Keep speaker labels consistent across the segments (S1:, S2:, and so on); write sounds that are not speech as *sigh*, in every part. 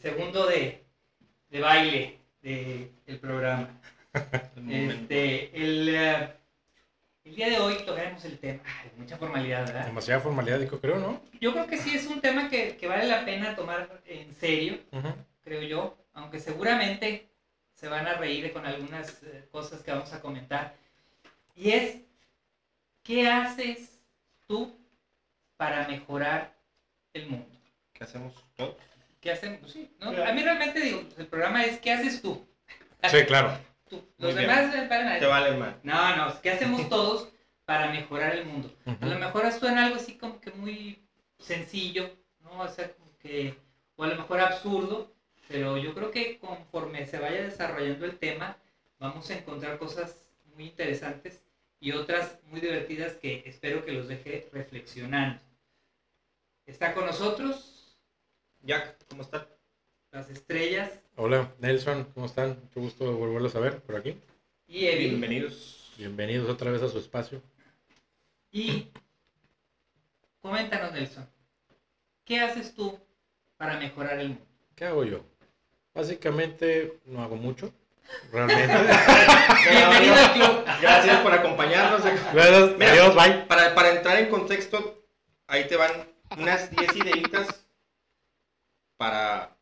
S1: segundo de, de baile del programa. Este, el, eh, el día de hoy tocaremos el tema. Ay, mucha formalidad, ¿verdad?
S2: Demasiada formalidad, digo, creo, ¿no?
S1: Yo creo que sí es un tema que, que vale la pena tomar en serio,
S2: Ujú.
S1: creo yo, aunque seguramente se van a reír con algunas eh, cosas que vamos a comentar. Y es, ¿qué haces tú para mejorar el mundo?
S3: ¿Qué hacemos todos?
S1: ¿Qué hacemos? Pues sí, ¿no?
S4: Claro.
S1: A mí realmente digo, pues, el programa es ¿qué haces tú?
S2: Sí, claro.
S1: Tú. Los
S3: Muy bien.
S1: demás eh, van a-
S3: Te valen mal.
S1: No, no, ¿qué
S3: *laughs*
S1: hacemos todos para mejorar el mundo? A lo
S2: Ujú.
S1: mejor suena algo así como que muy sencillo, ¿no? O sea, como que, o a lo mejor absurdo, pero yo creo que conforme se vaya desarrollando el tema, vamos a encontrar cosas muy interesantes y otras muy divertidas que espero que los deje reflexionando. Está con nosotros
S3: Jack, ¿cómo estás?
S1: las estrellas
S2: Hola, Nelson, ¿cómo están? Mucho gusto volverlos a ver por aquí.
S1: y Evil.
S3: Bienvenidos.
S2: Bienvenidos otra vez a su espacio.
S1: Y coméntanos, Nelson, ¿qué haces tú para mejorar el mundo?
S2: ¿Qué hago yo? Básicamente no hago mucho, *laughs* realmente.
S1: Bienvenido al club.
S3: Gracias por acompañarnos.
S2: Gracias,
S3: Mira.
S2: adiós, bye.
S3: Para, para entrar en contexto, ahí te van unas 10 ideitas para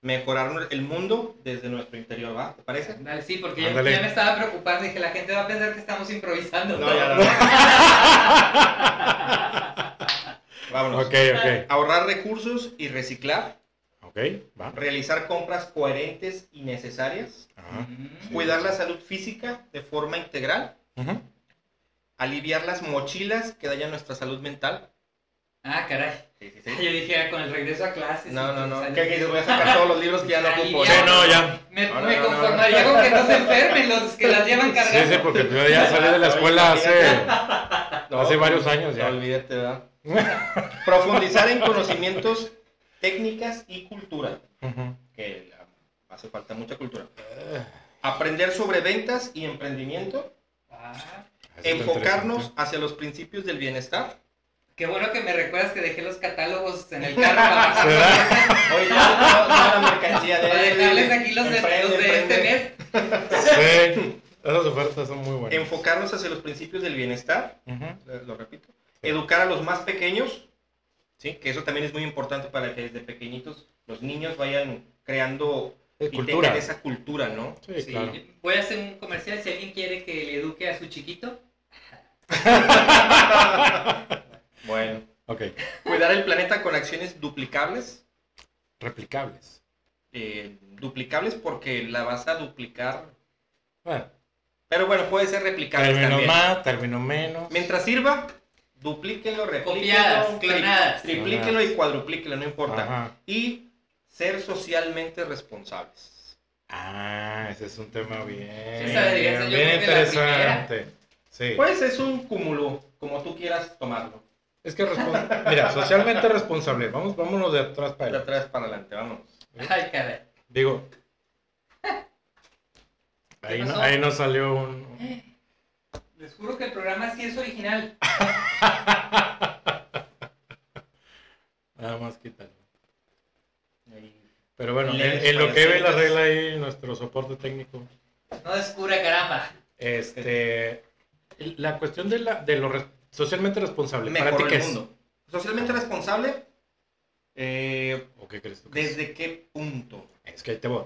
S3: mejorar el mundo desde nuestro interior, ¿va? ¿Te parece?
S1: Dale, sí, porque yo,
S2: Ándale.
S1: yo me estaba preocupando y dije, la gente va a pensar que estamos improvisando.
S3: No, ya no. *laughs* Vámonos.
S2: Ok, ok.
S3: Ahorrar recursos y reciclar.
S2: Ok, va.
S3: Realizar compras coherentes y necesarias.
S2: Ajá.
S1: Mm.
S3: Cuidar la salud física de forma integral.
S2: Ujú.
S3: Aliviar las mochilas que dañan nuestra salud mental.
S1: Ah, caray.
S3: Sí, sí,
S1: Yo dije, ah, con el regreso a clases.
S3: No, no, no.
S1: sale-
S3: ¿Qué dices? Voy a sacar todos los libros que ya no ocupo.
S1: Sí,
S2: no, ya.
S1: Me,
S3: No, no,
S1: me
S3: no, no.
S1: conformaría con que no se enfermen los que las llevan
S2: Sí,
S1: cargando.
S2: sí, porque yo ya salí de la escuela hace...
S3: No,
S2: Hace varios años
S3: no,
S2: ya.
S3: Olvídate, ¿verdad? *laughs* Profundizar en conocimientos, técnicas y cultura.
S2: Ujú.
S3: Que la- hace falta mucha cultura. Aprender sobre ventas y emprendimiento.
S1: Ah,
S2: Eso está
S3: Enfocarnos
S2: interesante.
S3: hacia los principios del bienestar.
S1: qué bueno que me recuerdas que dejé los catálogos en el carro
S3: *laughs*
S1: para,
S2: ¿Será?
S3: Oye, ya, no, no, la mercancía de.
S1: para dejarles aquí los de,
S3: Emprende,
S1: los de este
S3: emprende.
S1: mes.
S2: Sí. Esas ofertas son muy buenas.
S3: Enfocarnos hacia los principios del bienestar.
S2: Ujú.
S3: lo lo repito, educar a los más pequeños, ¿sí? que eso también es muy importante para que desde pequeñitos los niños vayan creando
S2: Sí,
S3: y
S2: Cultura.
S3: tengan esa cultura, ¿no?
S2: Sí,
S1: Sí,
S2: claro.
S1: Voy a hacer un comercial si alguien quiere que le eduque a su chiquito.
S3: Bueno.
S2: Ok.
S3: Cuidar el planeta con acciones duplicables,
S2: Replicables.
S3: eh, duplicables porque la vas a duplicar,
S2: Bueno,
S3: pero bueno, puede ser replicable
S2: término
S3: también.
S2: más, término menos.
S3: Mientras sirva, duplíquenlo, replíquenlo,
S1: Copiadas,
S3: tri-
S1: clonadas.
S3: triplíquenlo y cuadruplíquenlo, no importa.
S2: Ajá.
S3: Y ser socialmente responsables.
S2: Ah, ese es un tema bien.
S1: Esa debería ser, yo
S2: bien
S1: creo que la
S2: interesante. Sí.
S3: Pues es un cúmulo, como tú quieras tomarlo.
S2: Es que respon- mira, socialmente responsable. Vamos, vámonos de atrás para
S3: De
S2: adelante.
S3: atrás para adelante, vamos.
S1: Ay, caray.
S2: Digo. Ahí, no-
S1: pasó?
S2: ahí nos salió un.
S1: Les juro que el programa sí es original.
S2: Nada más quitarlo.
S3: Ahí.
S2: Pero bueno, en,
S3: Lees
S2: en lo que ve la
S3: palacitas.
S2: regla ahí, nuestro soporte técnico.
S1: No descubra, caramba.
S2: Este. La cuestión de, la, de lo res- socialmente responsable. ¿Para ti
S3: Mejor
S2: qué
S3: el
S2: es?
S3: mundo. Socialmente responsable, eh,
S2: ¿O qué crees tú que es?
S3: ¿desde qué punto?
S2: Es que ahí te voy.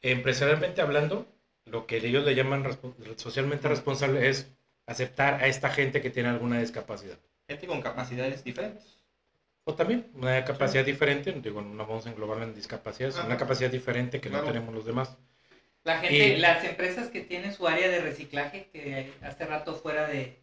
S2: Empresarialmente hablando, lo que ellos le llaman respo- socialmente responsable es aceptar a esta gente que tiene alguna discapacidad.
S3: Gente con capacidades diferentes.
S2: O también una capacidad diferente, digo, no vamos a englobarla en discapacidades,
S1: Ah.
S3: Ajá.
S2: una capacidad diferente que no
S3: Claro.
S2: tenemos los demás.
S1: La gente,
S2: Y-
S1: las empresas que tienen su área de reciclaje, que hace rato fuera de,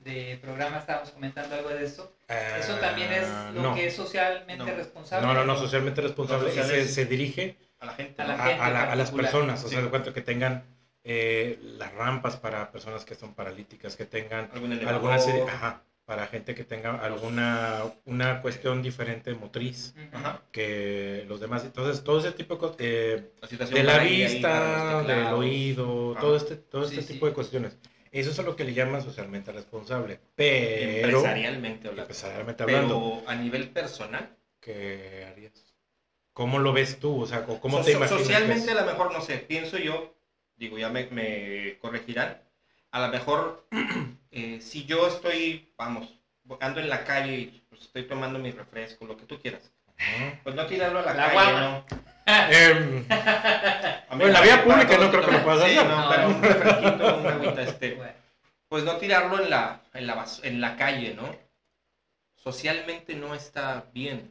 S1: de programa estábamos comentando algo de eso,
S2: Ah,
S1: eso también es lo
S2: no.
S1: que es socialmente
S3: No.
S1: responsable.
S2: No, no, no, socialmente responsable
S3: No,
S2: sí se,
S3: sociales.
S2: se dirige
S3: A la gente.
S1: A
S3: ¿no?
S1: la
S2: a, a la- a las
S1: particular.
S2: personas, o sea,
S3: Sí.
S2: de cuanto que tengan eh, las rampas para personas que son paralíticas, que tengan
S3: Algún
S2: alguna
S3: elevador.
S2: serie, ajá, para gente que tenga alguna una cuestión diferente motriz
S1: Ujú.
S3: Ajá.
S2: que los demás. Entonces, todo ese tipo de cosas, eh,
S3: La situación
S2: de la
S3: para ir ahí, para
S2: vista,
S3: los
S2: del
S3: teclados.
S2: oído,
S3: Ajá.
S2: todo este, todo este
S1: Sí, sí.
S2: tipo de cuestiones. Eso es a lo que le llaman socialmente responsable. Pero,
S3: Empresarialmente hablando.
S2: empresarialmente hablando,
S3: Pero a nivel personal,
S2: ¿qué harías? ¿Cómo lo ves tú? O sea, ¿cómo
S3: So-
S2: te
S3: so-
S2: imaginas? pues? que
S3: Socialmente
S2: es?
S3: a lo mejor, no sé, pienso yo, digo, ya me, me corregirán, a lo mejor *clears throat* eh, si yo estoy, vamos, ando en la calle y pues, estoy tomando mi refresco, lo que tú quieras,
S2: Ajá.
S3: pues no tirarlo a la,
S1: La
S3: calle,
S1: guama.
S3: ¿no? *laughs*
S2: Em,
S3: A
S2: Bueno, en la
S3: para-
S2: vía
S3: para
S2: pública
S3: todo
S2: no creo que lo puedas
S3: sí,
S2: hacer.
S3: no,
S2: *laughs*
S1: No.
S3: pero un refresquito, una
S1: *laughs*
S3: agüita, este,
S1: Bueno,
S3: pues no tirarlo en la, en la, bas- en la calle, ¿no? Socialmente no está bien.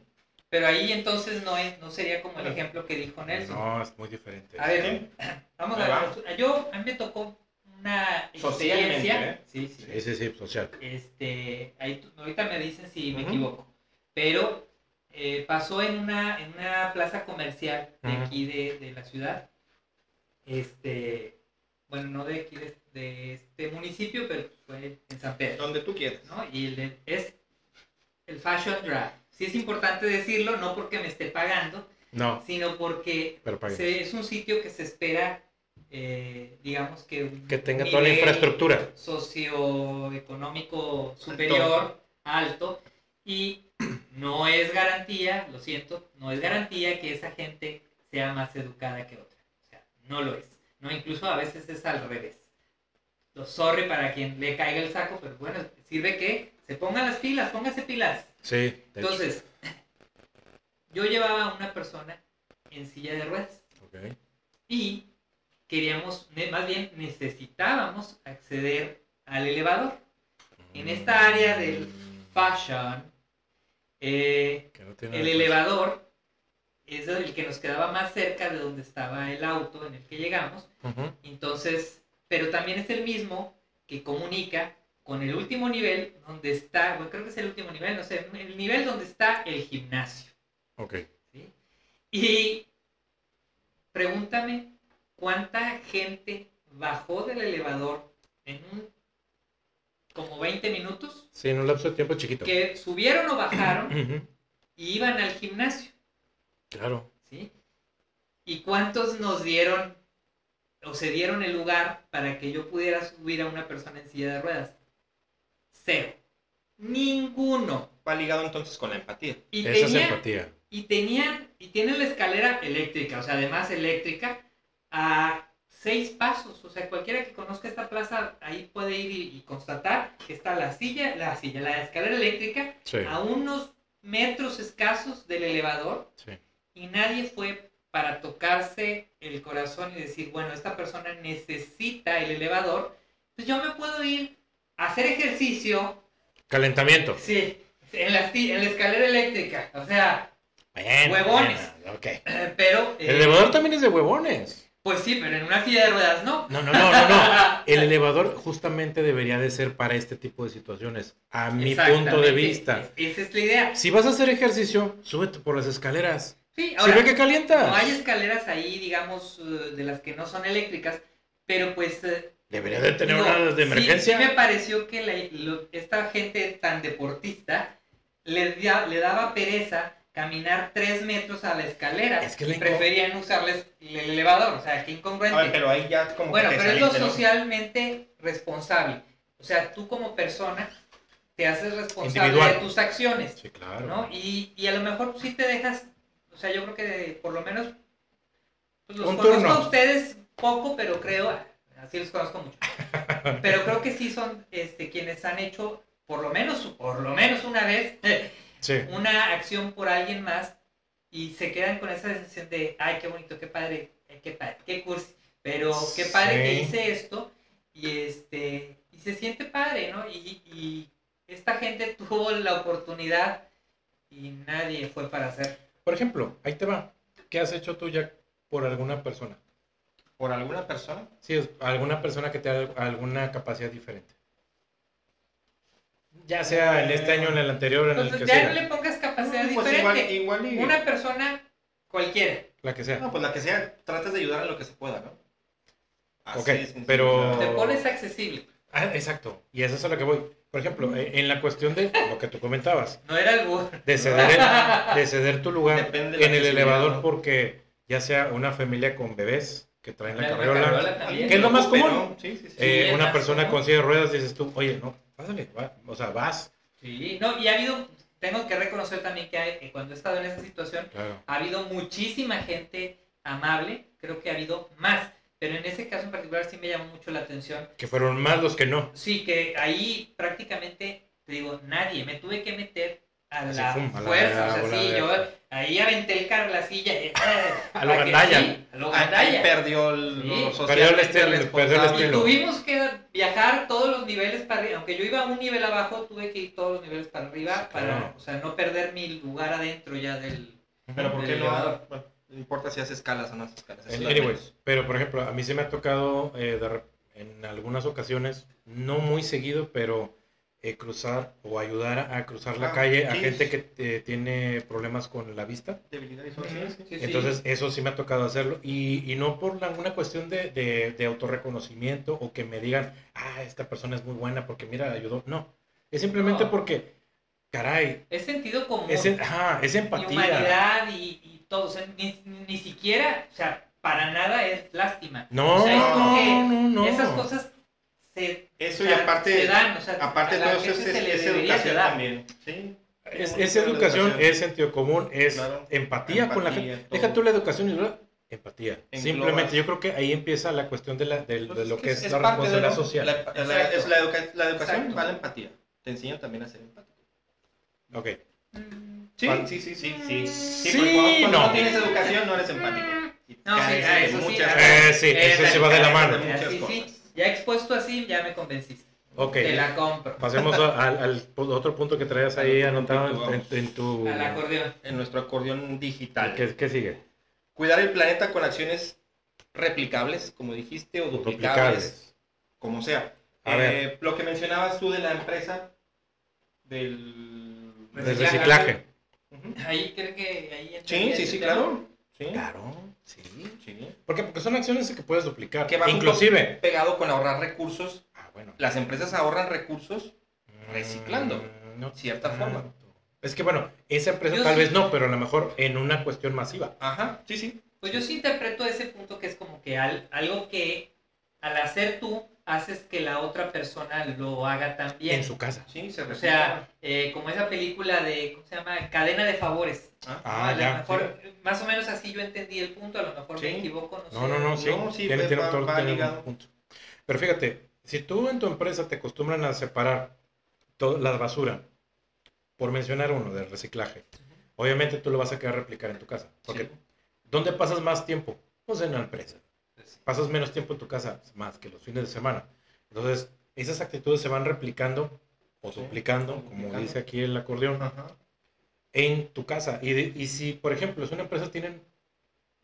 S1: pero ahí entonces no, es, no sería como el
S3: Bueno.
S1: ejemplo que dijo Nelson.
S2: no, es muy diferente.
S1: A ver, vamos
S3: Ahí
S1: a
S3: va.
S1: ver. Yo, a mí me tocó una
S3: Socialmente,
S1: experiencia.
S3: ¿eh?
S1: Sí, sí.
S2: Sí, sí, sí, social.
S1: Este, ahí tú- ahorita me dicen si me
S3: Ujú.
S1: equivoco. Pero eh, pasó en una, en una plaza comercial de
S2: Ujú.
S1: aquí de, de la ciudad. Este, bueno, no de aquí de, de este municipio, pero fue en San Pedro.
S3: Donde tú quieras.
S1: ¿no? Y el de- es el Fashion Drive. Sí es importante decirlo, no porque me esté pagando,
S2: No,
S1: sino porque
S2: pero para
S1: se- es un sitio que se espera, eh, digamos que... un
S2: que tenga toda la
S1: nivel
S2: infraestructura.
S1: socioeconómico superior, alto, y *clears throat* no es garantía, lo siento, no es garantía que esa gente sea más educada que otra. O sea, no lo es. No, incluso a veces es al revés. Lo sorry para quien le caiga el saco, pero bueno, sirve que se pongan las pilas, póngase pilas.
S2: Sí, de hecho.
S1: Entonces, yo llevaba a una persona en silla de ruedas
S2: Ok.
S1: y queríamos, ne- más bien necesitábamos acceder al elevador. En esta área del Fashion, eh,
S2: Mm, Que no tiene
S1: el
S2: nada.
S1: elevador es el que nos quedaba más cerca de donde estaba el auto en el que llegamos.
S2: Ujú.
S1: Entonces, pero también es el mismo que comunica con el último nivel donde está, bueno, creo que es el último nivel, no sé, el nivel donde está el gimnasio.
S2: Ok.
S1: ¿sí? Y pregúntame cuánta gente bajó del elevador en un como 20 minutos
S2: Sí, en un lapso de tiempo chiquito.
S1: que subieron o bajaron
S2: Ujú.
S1: y iban al gimnasio,
S2: Claro.
S1: ¿sí? Y cuántos nos dieron o se dieron el lugar para que yo pudiera subir a una persona en silla de ruedas. Cero. Ninguno.
S3: Va ligado entonces con la empatía.
S1: Y
S2: Esa es
S1: tenía-
S2: empatía.
S1: y tenían y tienen la escalera eléctrica, o sea, además eléctrica, a seis pasos. O sea, cualquiera que conozca esta plaza ahí puede ir y, y constatar que está la silla, la silla, la escalera eléctrica
S2: Sí,
S1: a unos metros escasos del elevador
S2: sí.
S1: y nadie fue para tocarse el corazón y decir, bueno, esta persona necesita el elevador, pues yo me puedo ir a hacer ejercicio,
S2: Calentamiento.
S1: sí, en la, esti- en la escalera eléctrica, o sea, *clears throat*
S2: Bueno,
S1: Huevones.
S2: bueno, ok.
S1: pero... eh,
S2: El elevador también es de huevones.
S1: Pues sí, pero en una silla de ruedas no.
S2: No, no, no, no, no.
S1: *laughs*
S2: El elevador justamente debería de ser para este tipo de situaciones, a mi punto de
S1: Exactamente.
S2: vista.
S1: Es- Esa es la idea.
S2: Si vas a hacer ejercicio, súbete por las escaleras.
S1: Sí,
S2: Se ve
S1: ahora,
S2: que calientas.
S1: no hay escaleras ahí, digamos, eh, de las que no son eléctricas, pero pues... eh,
S2: Debería de tener
S1: digo,
S2: una de
S1: sí-
S2: emergencia.
S1: Sí, me pareció que la- lo- esta gente tan deportista le, da- le daba pereza caminar tres metros a la escalera.
S2: Es que la
S1: y
S2: incon-
S1: preferían usar la es- el elevador, o sea, qué incongruente.
S3: A ver, pero ahí ya como
S1: Bueno,
S3: que te
S1: pero es lo
S3: saliste, ¿no?
S1: socialmente responsable. O sea, tú como persona te haces responsable
S2: Individual.
S1: de tus acciones,
S2: Sí, claro.
S1: ¿no? Y, y a lo mejor sí te dejas, o sea, yo creo que por lo menos pues, los
S2: Un
S1: conozco
S2: turno.
S1: a ustedes poco, pero creo, así los conozco mucho. Pero creo que sí son este, quienes han hecho por lo menos, por lo menos una vez,
S2: Sí.
S1: una acción por alguien más y se quedan con esa sensación de, ay, qué bonito, qué padre, ay, qué padre, qué cursi, pero qué padre que
S2: Sí.
S1: hice esto y este y se siente padre, ¿no? Y, y esta gente tuvo la oportunidad y nadie fue para hacer.
S2: Por ejemplo, ahí te va. ¿Qué has hecho tú ya por alguna persona?
S3: Por alguna persona.
S2: Sí, es alguna persona que tenga alguna capacidad diferente. Ya sea en este año, en el anterior, en el
S1: Entonces
S2: que
S1: Pues, ya no
S2: sea.
S1: le pongas capacidad
S3: No, pues
S1: diferente.
S3: igual, igual y-
S1: Una persona cualquiera.
S2: La que sea.
S3: No, pues la que sea, tratas de ayudar en lo que se pueda, ¿no?
S2: Ok,
S3: de sencillo,
S2: pero-
S1: Te
S3: claro.
S1: pones accesible. pues,
S2: Ah, exacto. Y eso es a lo que voy. Por ejemplo, eh, en la cuestión de lo que tú comentabas,
S1: No era algo.
S2: de ceder, el- de ceder tu lugar
S3: Depende
S2: en
S3: de la
S2: el
S3: accesibilidad,
S2: elevador
S3: ¿no?
S2: porque ya sea una familia con bebés que traen la carriola,
S1: carriola también.
S2: ¿Qué es lo más
S3: Pero-
S2: común?
S3: Sí, sí, sí.
S2: eh,
S1: Sí,
S2: una
S1: exacto.
S2: persona con silla de ruedas, dices tú, oye, no, pásale, va", o sea, vas.
S1: Sí, no, y ha habido, tengo que reconocer también que hay- que cuando he estado en esa situación
S2: Claro.
S1: ha habido muchísima gente amable, creo que ha habido más, pero en ese caso en particular sí me llamó mucho la atención.
S2: Que fueron más los que no.
S1: Sí, que ahí prácticamente, te digo, nadie, me tuve que meter a
S2: Así,
S1: la
S2: pum, a la
S1: fuerza,
S2: verga,
S1: o sea,
S2: a la
S1: sí, yo
S2: verga.
S1: ahí aventé el carro a la silla. eh,
S2: A lo
S1: para que
S2: Gandaya.
S1: sí, A lo
S3: Ahí
S1: Gandaya.
S3: perdió el,
S1: Sí.
S3: lo
S2: Perdió el
S3: socialmente
S2: estilo, perdió el
S3: responsable.
S1: Y
S2: estilo.
S1: tuvimos que viajar todos los niveles para arriba. Aunque yo iba un nivel abajo, tuve que ir todos los niveles para arriba para
S2: claro.
S1: o sea, no perder mi lugar adentro ya del...
S3: Pero ¿por qué
S1: Del
S3: no?
S1: elevador.
S3: Bueno, No importa si hace escalas o no hace escalas. eso es lo de
S2: Eh,
S3: menos.
S2: Anyways, pero por ejemplo, a mí se me ha tocado eh, de rep- en algunas ocasiones, no muy seguido, pero eh, cruzar o ayudar a, a cruzar la
S3: Ah,
S2: calle a
S3: sí.
S2: gente que eh, tiene problemas con la vista.
S3: Debilidad visual, sí, sí.
S1: Sí, sí.
S2: Entonces, eso sí me ha tocado hacerlo. Y, y no por alguna cuestión de, de- de autorreconocimiento o que me digan, ah, esta persona es muy buena porque mira, ayudó. No. Es simplemente
S1: No.
S2: porque, caray,
S1: es sentido común.
S2: es, en- ajá, es
S1: y
S2: empatía.
S1: humanidad y, y todo. O sea, ni, ni siquiera, o sea, para nada es lástima.
S2: No,
S1: O sea, es como que
S2: no, no, no.
S1: Esas cosas se,
S3: Eso
S1: o
S3: y
S1: sea, se
S3: aparte,
S1: dan. O sea,
S3: aparte
S1: a
S3: de
S1: la
S3: todo eso es,
S1: gente se le
S3: es
S1: debería de
S3: educación
S1: dar.
S3: también. Sí.
S2: Es, es educación, es sentido común, es
S3: Claro.
S2: empatía, con la gente.
S3: Empatía, todo.
S2: Deja tú la educación y la empatía.
S3: Englobas.
S2: Simplemente yo creo que ahí empieza la cuestión de, la, de, de
S3: Pues
S2: lo que es, la
S3: parte de
S2: responsabilidad
S3: lo-
S2: social.
S3: La, la-
S1: Exacto.
S3: es la, educa- la educación
S1: Exacto.
S3: va a la empatía. Te enseña también a ser empático.
S2: Ok.
S1: Mm,
S3: Sí,
S2: Vale.
S3: sí, sí, sí, sí.
S2: Sí,
S3: porque cuando- cuando
S2: no.
S3: no. tienes educación no eres empático. Y
S1: No, sí,
S3: careces
S1: ah,
S3: de
S1: eso sí,
S3: muchas
S1: ah,
S3: cosas.
S2: Eh, sí, eso sí va de la mano.
S3: muchas
S1: así sí.
S3: cosas.
S1: Ya expuesto así, ya me convenciste.
S2: Ok.
S1: Te la compro.
S2: Pasemos a- al, al pu- otro punto que traías ahí anotado en,
S3: Vamos.
S2: en tu...
S1: Al acordeón.
S3: En nuestro acordeón digital.
S2: ¿Qué, qué sigue?
S3: Cuidar el planeta con acciones replicables, como dijiste, o duplicables,
S2: Duplicables.
S3: como sea.
S2: A
S3: Eh,
S2: ver.
S3: Lo que mencionabas tú de la empresa del
S2: El
S1: Reciclaje.
S2: reciclaje.
S3: Ujú.
S1: Ahí creo que... Ahí entra
S3: Sí,
S1: ya
S3: sí,
S1: ese
S3: sí,
S1: tema.
S3: claro. Sí,
S2: Claro, sí.
S3: sí.
S2: ¿Por qué? Porque son acciones que puedes duplicar.
S3: Que va junto-
S2: Inclusive...
S3: Pegado con ahorrar recursos.
S2: Ah, bueno.
S3: Las empresas ahorran recursos, Reciclando.
S2: Mm, no
S3: de cierta
S2: tanto.
S3: forma.
S2: Es que bueno, esa empresa
S1: Yo
S2: tal
S1: sí.
S2: vez no, pero a lo mejor en una cuestión masiva.
S3: Ajá, sí, sí.
S1: Pues yo sí interpreto ese punto que es como que al- algo que al hacer tú haces que la otra persona lo haga también.
S2: En su casa.
S3: Sí, se
S1: O
S3: recicla.
S1: sea, eh, como esa película de, ¿cómo se llama? Cadena de favores.
S3: Ah,
S2: Ah,
S1: a lo
S2: ya.
S1: mejor, más o menos así yo entendí el punto, a lo mejor
S3: Sí.
S1: me equivoco, no,
S2: No,
S1: sé.
S2: no, no, sí.
S3: No, sí,
S2: tiene,
S3: pues,
S2: tiene
S3: va-
S2: todo-
S3: va
S2: tiene un
S3: ligado.
S2: punto. Pero fíjate, si tú en tu empresa te acostumbran a separar to- la basura, por mencionar uno, del reciclaje, obviamente tú lo vas a querer replicar en tu casa. Porque
S3: Sí.
S2: ¿Dónde pasas más tiempo? Pues en la empresa.
S3: Pues sí.
S2: Pasas menos tiempo en tu casa, más que los fines de semana. Entonces, esas actitudes se van replicando o
S3: Sí,
S2: duplicando, como
S3: duplicando.
S2: dice aquí el acordeón
S3: Ajá.
S2: en tu casa. Y, de- y si, por ejemplo, es una empresa tienen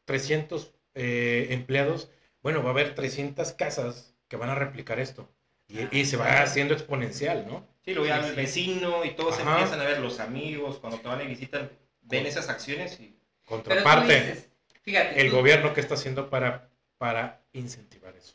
S2: 300 eh, empleados, bueno, va a haber 300 casas que van a replicar esto. Y, y se
S3: Ah.
S2: va haciendo exponencial, ¿no?
S3: Sí, lo vean
S1: Sí,
S3: el
S1: sí.
S3: vecino y todos
S2: Ajá.
S3: empiezan a ver los amigos cuando te van y visitan, ven
S2: Con-
S3: esas acciones y
S1: Pero tú
S2: Contraparte,
S1: dices,
S3: ¿eh?
S1: fíjate,
S2: el
S1: tú-
S2: gobierno que está haciendo para, para incentivar eso.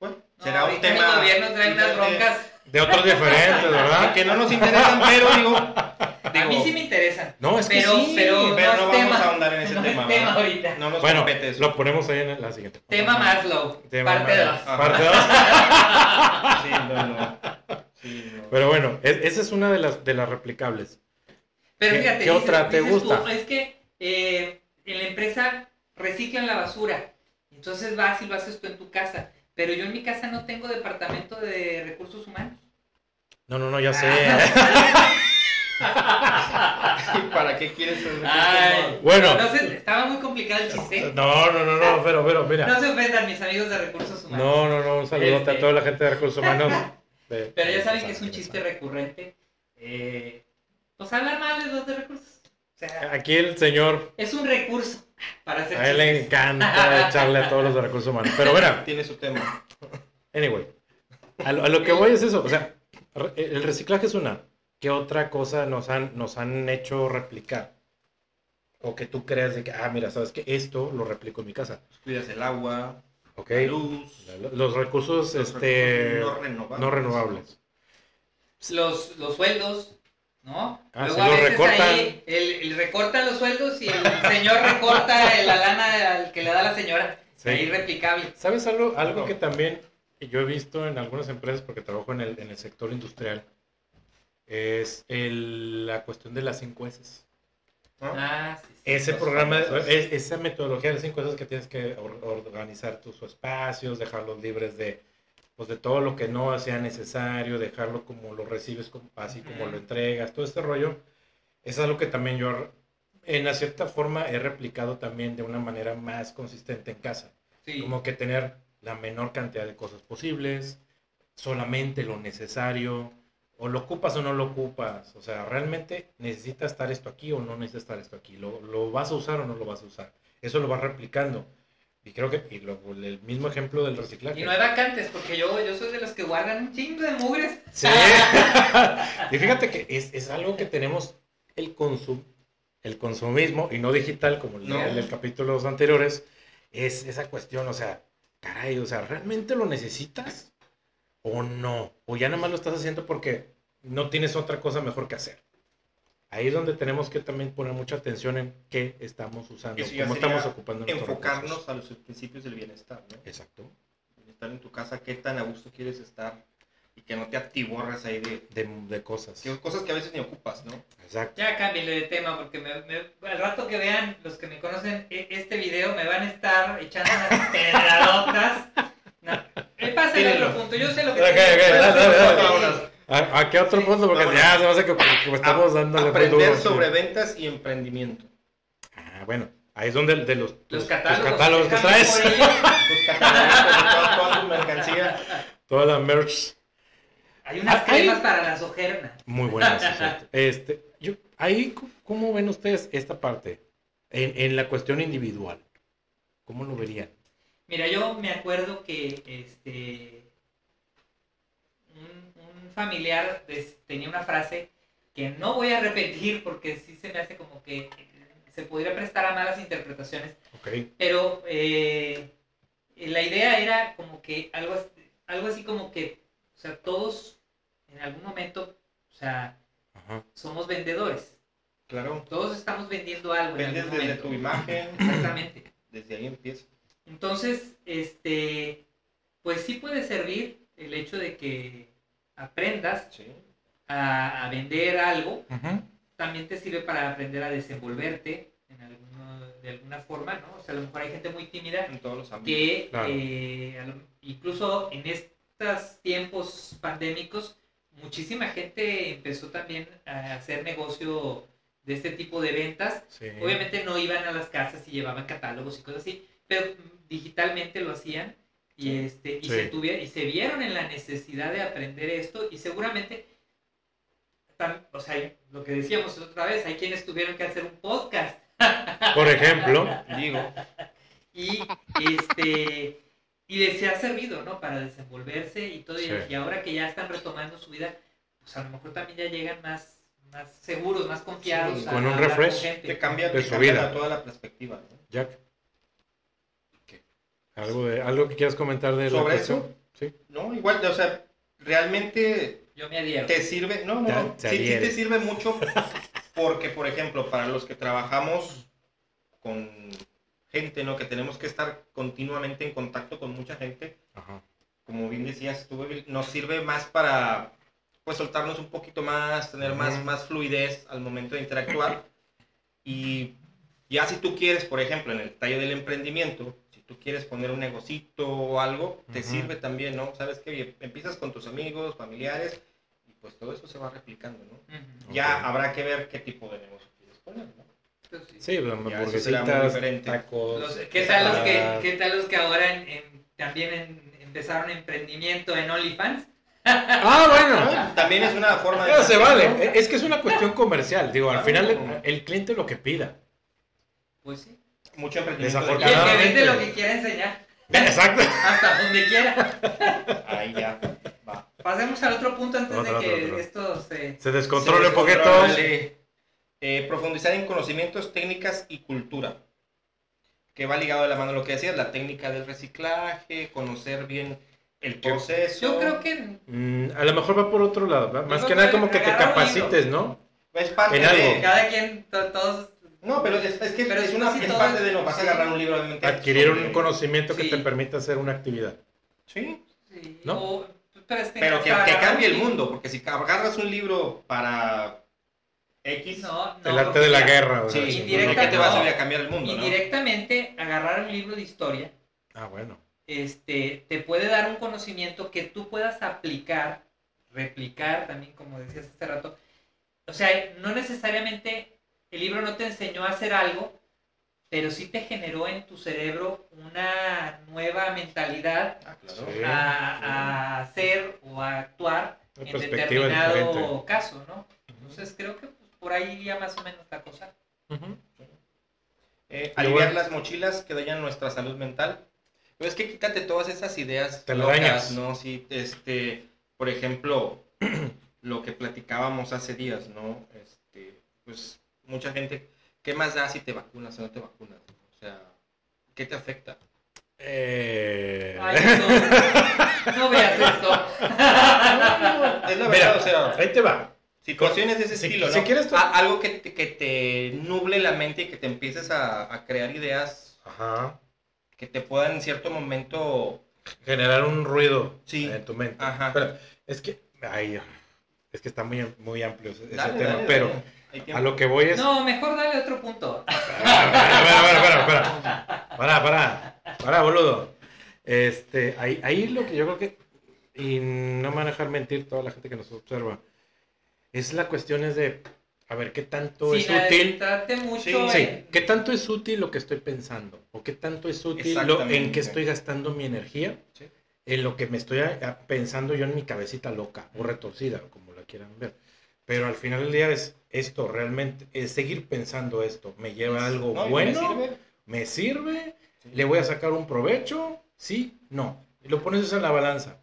S3: bueno,
S1: no,
S3: será un
S1: ahorita
S3: tema
S1: El gobierno trae unas
S3: diferente,
S1: broncas.
S2: De otros diferentes, ¿verdad?
S3: *laughs* que no nos interesan, pero
S2: *laughs*
S3: digo,
S1: A mí
S3: digo,
S1: sí me interesan.
S2: No, es que
S1: Pero-
S2: sí.
S1: pero-
S3: pero
S1: no es
S3: no vamos
S1: tema.
S3: a ahondar en
S1: *laughs*
S3: ese
S1: No es
S3: tema,
S1: tema
S3: ¿verdad?
S1: ahorita.
S3: No nos
S2: Bueno,
S3: compete eso.
S2: lo ponemos ahí en la siguiente.
S1: Tema Maslow,
S2: Tema
S1: parte
S2: más.
S1: 2.
S2: Parte dos.
S3: Sí, no, no. Sí, no. *laughs*
S2: Pero bueno, es- esa es una de las, de las replicables.
S1: Pero
S2: ¿Qué-
S1: fíjate,
S2: qué
S1: dices-
S2: otra te
S1: dices tú,
S2: gusta?
S1: es que eh, en la empresa reciclan la basura. Entonces vas y lo haces tú en tu casa. Pero yo en mi casa no tengo departamento de recursos
S2: *laughs*
S1: humanos.
S2: No, no, no, ya sé.
S1: Ah,
S3: ¿Para qué quieres ser
S1: Ay.
S2: *laughs* Bueno,
S1: No sé, estaba muy complicado el chiste.
S2: no, no, no, no, pero, pero, mira.
S1: No se ofendan mis amigos de recursos humanos.
S2: No, no, no, un saludote
S1: Este.
S2: a toda la gente de
S1: *laughs*
S2: recursos humanos. De-
S1: Pero ya saben
S2: de-
S1: que es un
S2: de-
S1: chiste recurrente. Eh, pues hablar mal de los de recursos. O sea,
S2: Aquí el señor,
S1: es un recurso para hacer
S2: a él le
S1: chistes. *laughs*
S2: encanta echarle a todos los de recursos humanos. Pero bueno,
S3: Tiene su tema.
S2: anyway, a lo, a lo que voy es eso. O sea, re- eh, el reciclaje es una. ¿Qué otra cosa nos han, nos han hecho replicar? O que tú creas de que, ah, mira, sabes que esto lo replico en mi casa.
S3: Pues cuidas el agua,
S2: ¿Ok?
S3: la luz,
S2: Lo- Los recursos,
S3: los
S2: este,
S3: recursos no renovables.
S2: no renovables.
S1: los, los sueldos, ¿no?
S2: Ah,
S1: Luego
S2: sí,
S1: a
S2: los
S1: veces
S2: recortan.
S1: ahí el, el recortan los sueldos y el señor recorta la lana al que le da la señora.
S2: Sí.
S1: Ahí replicable.
S2: ¿Sabes algo, algo
S3: No.
S2: que también yo he visto en algunas empresas, porque trabajo en el, en el sector industrial, es el la cuestión de las cinco S.
S3: ¿no?
S1: Ah, sí, sí.
S2: Ese
S3: Los
S2: programa,
S3: famosos.
S2: es- esa metodología de las cinco cosas que tienes que or- organizar tus espacios, dejarlos libres de, pues, de todo lo que no sea necesario, dejarlo como lo recibes, como- así como
S1: Ujú.
S2: lo entregas, todo este rollo. Es algo que también yo, re- en una cierta forma, he replicado también de una manera más consistente en casa.
S1: Sí.
S2: Como que tener la menor cantidad de cosas posibles, solamente lo necesario, o lo ocupas o no lo ocupas. O sea, realmente necesita estar esto aquí o no necesita estar esto aquí. Lo, lo vas a usar o no lo vas a usar. Eso lo vas replicando. Y creo que y lo- el mismo ejemplo del reciclaje.
S1: Y no hay vacantes, porque yo, yo soy de los que guardan un chingo de mugres.
S2: Sí. *laughs* y fíjate que es, es algo que tenemos el consum el consumismo y no digital como el,
S3: No.
S2: el del capítulos anteriores es esa cuestión, o sea, caray, o sea, ¿realmente lo necesitas o no? O ya nada más lo estás haciendo porque no tienes otra cosa mejor que hacer. Ahí es donde tenemos que también poner mucha atención en qué estamos usando,
S3: Eso ya
S2: cómo
S3: sería
S2: estamos ocupando nuestros recursos.
S3: Enfocarnos a los principios del bienestar, ¿no?
S2: Exacto.
S3: Estar en tu casa, qué tan a gusto quieres estar y que no te atiborres ahí de
S2: De, de cosas.
S3: que- cosas que a veces ni ocupas, ¿no?
S2: Exacto.
S1: Ya cámbienle de tema, porque me- me- al rato que vean los que me conocen e- este video, me van a estar echando
S2: *laughs*
S1: unas pedradotas. No. Eh, pasa el otro
S3: Tírenlo.
S1: punto, yo sé lo que...
S2: Ok,
S1: tiene-
S2: ok, dale, dale,
S3: dale.
S2: ¿A, a qué otro
S1: Sí.
S2: punto? Porque
S3: Vámonos.
S2: ya se me hace que, que estamos dándole muy
S3: Aprender
S2: duro, pues, sí.
S3: sobre ventas y emprendimiento.
S2: Ah, bueno, ahí es donde de los,
S1: Los
S2: tus- tus
S1: catálogos.
S2: catálogos que
S1: cambio
S2: traes.
S1: por ellos.
S3: Tus *laughs* catálogos, toda, toda tu mercancía.
S2: Toda la merch
S1: Hay unas
S2: Ah,
S1: cremas
S2: ahí.
S1: para las ojernas.
S2: muy buena. sí, cierto. este, yo, ahí, c- ¿cómo ven ustedes esta parte? En, en la cuestión individual. ¿Cómo lo verían?
S1: Mira, yo me acuerdo que este un, un familiar des- tenía una frase que no voy a repetir porque sí se me hace como que eh, se podría prestar a malas interpretaciones,
S2: Ok.
S1: pero eh, la idea era como que algo, as- algo así como que, o sea, todos en algún momento, o sea,
S2: Ajá.
S1: somos vendedores,
S3: Claro.
S1: todos estamos vendiendo algo en
S3: Vendes
S1: algún
S3: desde
S1: momento.
S3: tu imagen.
S1: Exactamente.
S3: Desde ahí empieza.
S1: Entonces, este, pues sí puede servir el hecho de que aprendas
S3: Sí.
S1: a, a vender algo,
S2: Ujú.
S1: también te sirve para aprender a desenvolverte en alguno- de alguna forma, ¿no? O sea, a lo mejor hay gente muy tímida
S3: En todos los ámbitos.
S1: que
S2: Claro.
S1: eh, a lo- incluso en estos tiempos pandémicos, muchísima gente empezó también a hacer negocio de este tipo de ventas
S2: Sí.
S1: Obviamente no iban a las casas y llevaban catálogos y cosas así, pero mm, digitalmente lo hacían y este y
S2: Sí.
S1: se tuvieron y se vieron en la necesidad de aprender esto y seguramente tam- o sea, lo que decíamos otra vez, hay quienes tuvieron que hacer un podcast
S2: Por ejemplo,
S3: Digo, *laughs*
S1: y este y les ha servido, ¿no? Para desenvolverse y todo y-
S2: Sí.
S1: y ahora que ya están retomando su vida, pues a lo mejor también ya llegan más más seguros, más confiados
S3: Sí,
S1: a
S2: con un
S1: hablar con
S2: refresh.
S1: gente.
S3: te cambia,
S2: De
S3: te
S2: su
S3: cambia
S2: vida.
S3: la- toda la perspectiva. ¿no?
S2: Jack. ¿Algo, de, ¿Algo que quieras comentar de la
S3: ¿Sobre
S2: cuestión?
S3: eso?
S2: Sí.
S3: No, igual, o sea, realmente
S1: Yo me adhiero.
S3: te sirve, no, no,
S2: Te-
S3: no,
S2: te
S3: sí, sí
S2: adhiere.
S3: te sirve mucho porque, por ejemplo, para los que trabajamos con gente, ¿no? Que tenemos que estar continuamente en contacto con mucha gente,
S2: Ajá.
S3: como bien decías tú, Evil, nos sirve más para, pues, soltarnos un poquito más, tener más,
S2: Ujú.
S3: más fluidez al momento de interactuar. Y ya si tú quieres, por ejemplo, en el tallo del emprendimiento, si tú quieres poner un negocito o algo, te
S2: Ujú.
S3: sirve también, ¿no? Sabes que empiezas con tus amigos, familiares, y pues todo eso se va replicando, ¿no?
S1: Ujú.
S3: Ya
S2: Ok.
S3: habrá que ver qué tipo de negocio quieres poner, ¿no?
S1: Entonces, sí.
S2: Sí, pues,
S3: Ya, eso será muy
S2: hamburguesitas,
S3: diferente.
S2: tacos.
S1: Los- ¿qué, tal los que,
S2: ensaladas.
S1: ¿Qué tal los que ahora en- en- también en- empezaron emprendimiento en OnlyFans?
S2: Ah, bueno.
S3: También es una forma de...
S2: Ah, se vale. Eh, Es que es una cuestión comercial. Digo, al
S3: Claro.
S2: final el, el cliente lo que pida. *laughs*
S1: Pues sí.
S3: Mucho emprendimiento. de-
S1: Y el que
S2: Claramente.
S1: vende lo que quiera enseñar,
S2: Exacto.
S1: hasta donde quiera.
S3: *laughs* Ahí ya, va.
S1: Pasemos al otro punto antes de
S2: Otro,
S1: que
S2: otro, otro.
S1: esto se...
S2: Se
S3: Se
S2: descontrole un poquito.
S3: descontrola, sí. Eh, profundizar en conocimientos, técnicas y cultura. Que va ligado de la mano a lo que decías, la técnica del reciclaje, conocer bien el
S2: Yo-
S3: proceso.
S1: Yo creo que...
S2: Mm, a lo mejor va por otro lado. ¿va? Más
S1: Yo
S2: que
S1: creo
S2: nada
S1: que
S2: como que te
S1: agarrar un
S2: capacites, ¿no?
S3: es parte
S2: en algo.
S3: de-
S1: Cada quien, to- todos...
S3: No, pero es, es que
S1: Pero
S3: es,
S1: sí,
S3: una
S1: sí,
S3: es
S1: todo
S3: parte
S1: es-
S3: de no vas a
S1: sí.
S3: agarrar un libro obviamente.
S2: Adquirir un
S3: sobre-
S2: conocimiento que
S1: Sí.
S2: te permita hacer una actividad.
S3: Sí,
S1: sí,
S2: ¿No?
S1: o- pero, es
S3: pero que,
S1: para-
S3: que cambie el mundo, porque si agarras un libro para X.
S1: No, no,
S2: el arte
S1: porque
S2: de la
S1: mira,
S2: guerra. o sea,
S3: sí,
S2: no, no,
S3: indirecta te
S2: no.
S3: vas a ir a cambiar el mundo, ¿no?
S1: Indirectamente, agarrar un libro de historia
S2: Ah, bueno.
S1: este, te puede dar un conocimiento que tú puedas aplicar, replicar también, como decías hace rato. O sea, no necesariamente el libro no te enseñó a hacer algo, pero sí te generó en tu cerebro una nueva mentalidad
S3: Ah, claro.
S2: Sí.
S1: a, a hacer o a actuar
S2: Una
S1: en
S2: perspectiva diferente.
S1: determinado caso, ¿no? Entonces creo que pues, por ahí iría más o menos la cosa.
S2: Ujú.
S3: Eh,
S2: Yo
S3: aliviar
S2: voy-
S3: las mochilas que dañan nuestra salud mental. Pero es que quítate todas esas ideas.
S2: Te lo
S3: locas,
S2: dañas.
S3: ¿no? Sí, este, por ejemplo, *clears throat* lo que platicábamos hace días, ¿no? Este, pues mucha gente, ¿qué más da si te vacunas o no te vacunas? O sea, ¿qué te afecta?
S2: Eh,
S1: Ay, no, no veas
S2: *laughs*
S1: esto.
S3: Es la verdad,
S2: Mira,
S3: o sea,
S2: *laughs* ahí te va.
S3: situaciones de ese
S2: si-
S3: estilo, ¿no?
S2: si quieres tú-
S3: A- algo que te, que te nuble la mente y que te empieces a, a crear ideas
S2: Ajá.
S3: que te puedan en cierto momento...
S2: Generar un ruido
S3: Sí.
S2: en tu mente.
S3: Ajá.
S2: Pero es que, ay, es que está muy, muy amplio ese, ese
S3: Dale,
S2: tema.
S3: dale,
S2: pero
S3: dale. Hay tiempo.
S2: a lo que voy es. Ah,
S1: No, mejor dale otro punto.
S2: Para, para, para, para, para, para, boludo. Este, ahí, ahí lo que yo creo que, y no me van a dejar mentir toda la gente que nos observa, es la cuestión es de, a ver, ¿qué tanto
S1: Sin
S2: es útil?
S1: adentrarte mucho
S3: Sí,
S1: en-
S2: Sí, ¿qué tanto es útil lo que estoy pensando? ¿O qué tanto es útil lo, en
S3: Exactamente.
S2: que estoy gastando mi energía?
S3: Sí.
S2: En lo que me estoy a- a- pensando yo en mi cabecita loca o retorcida, o como la quieran ver. Pero al final del día es esto, realmente, es seguir pensando esto, ¿me lleva a algo
S3: No, y me
S2: bueno?
S3: sirve.
S2: ¿Me sirve?
S3: Sí.
S2: ¿Le voy a sacar un provecho? ¿Sí? ¿No? Y lo pones eso en la balanza.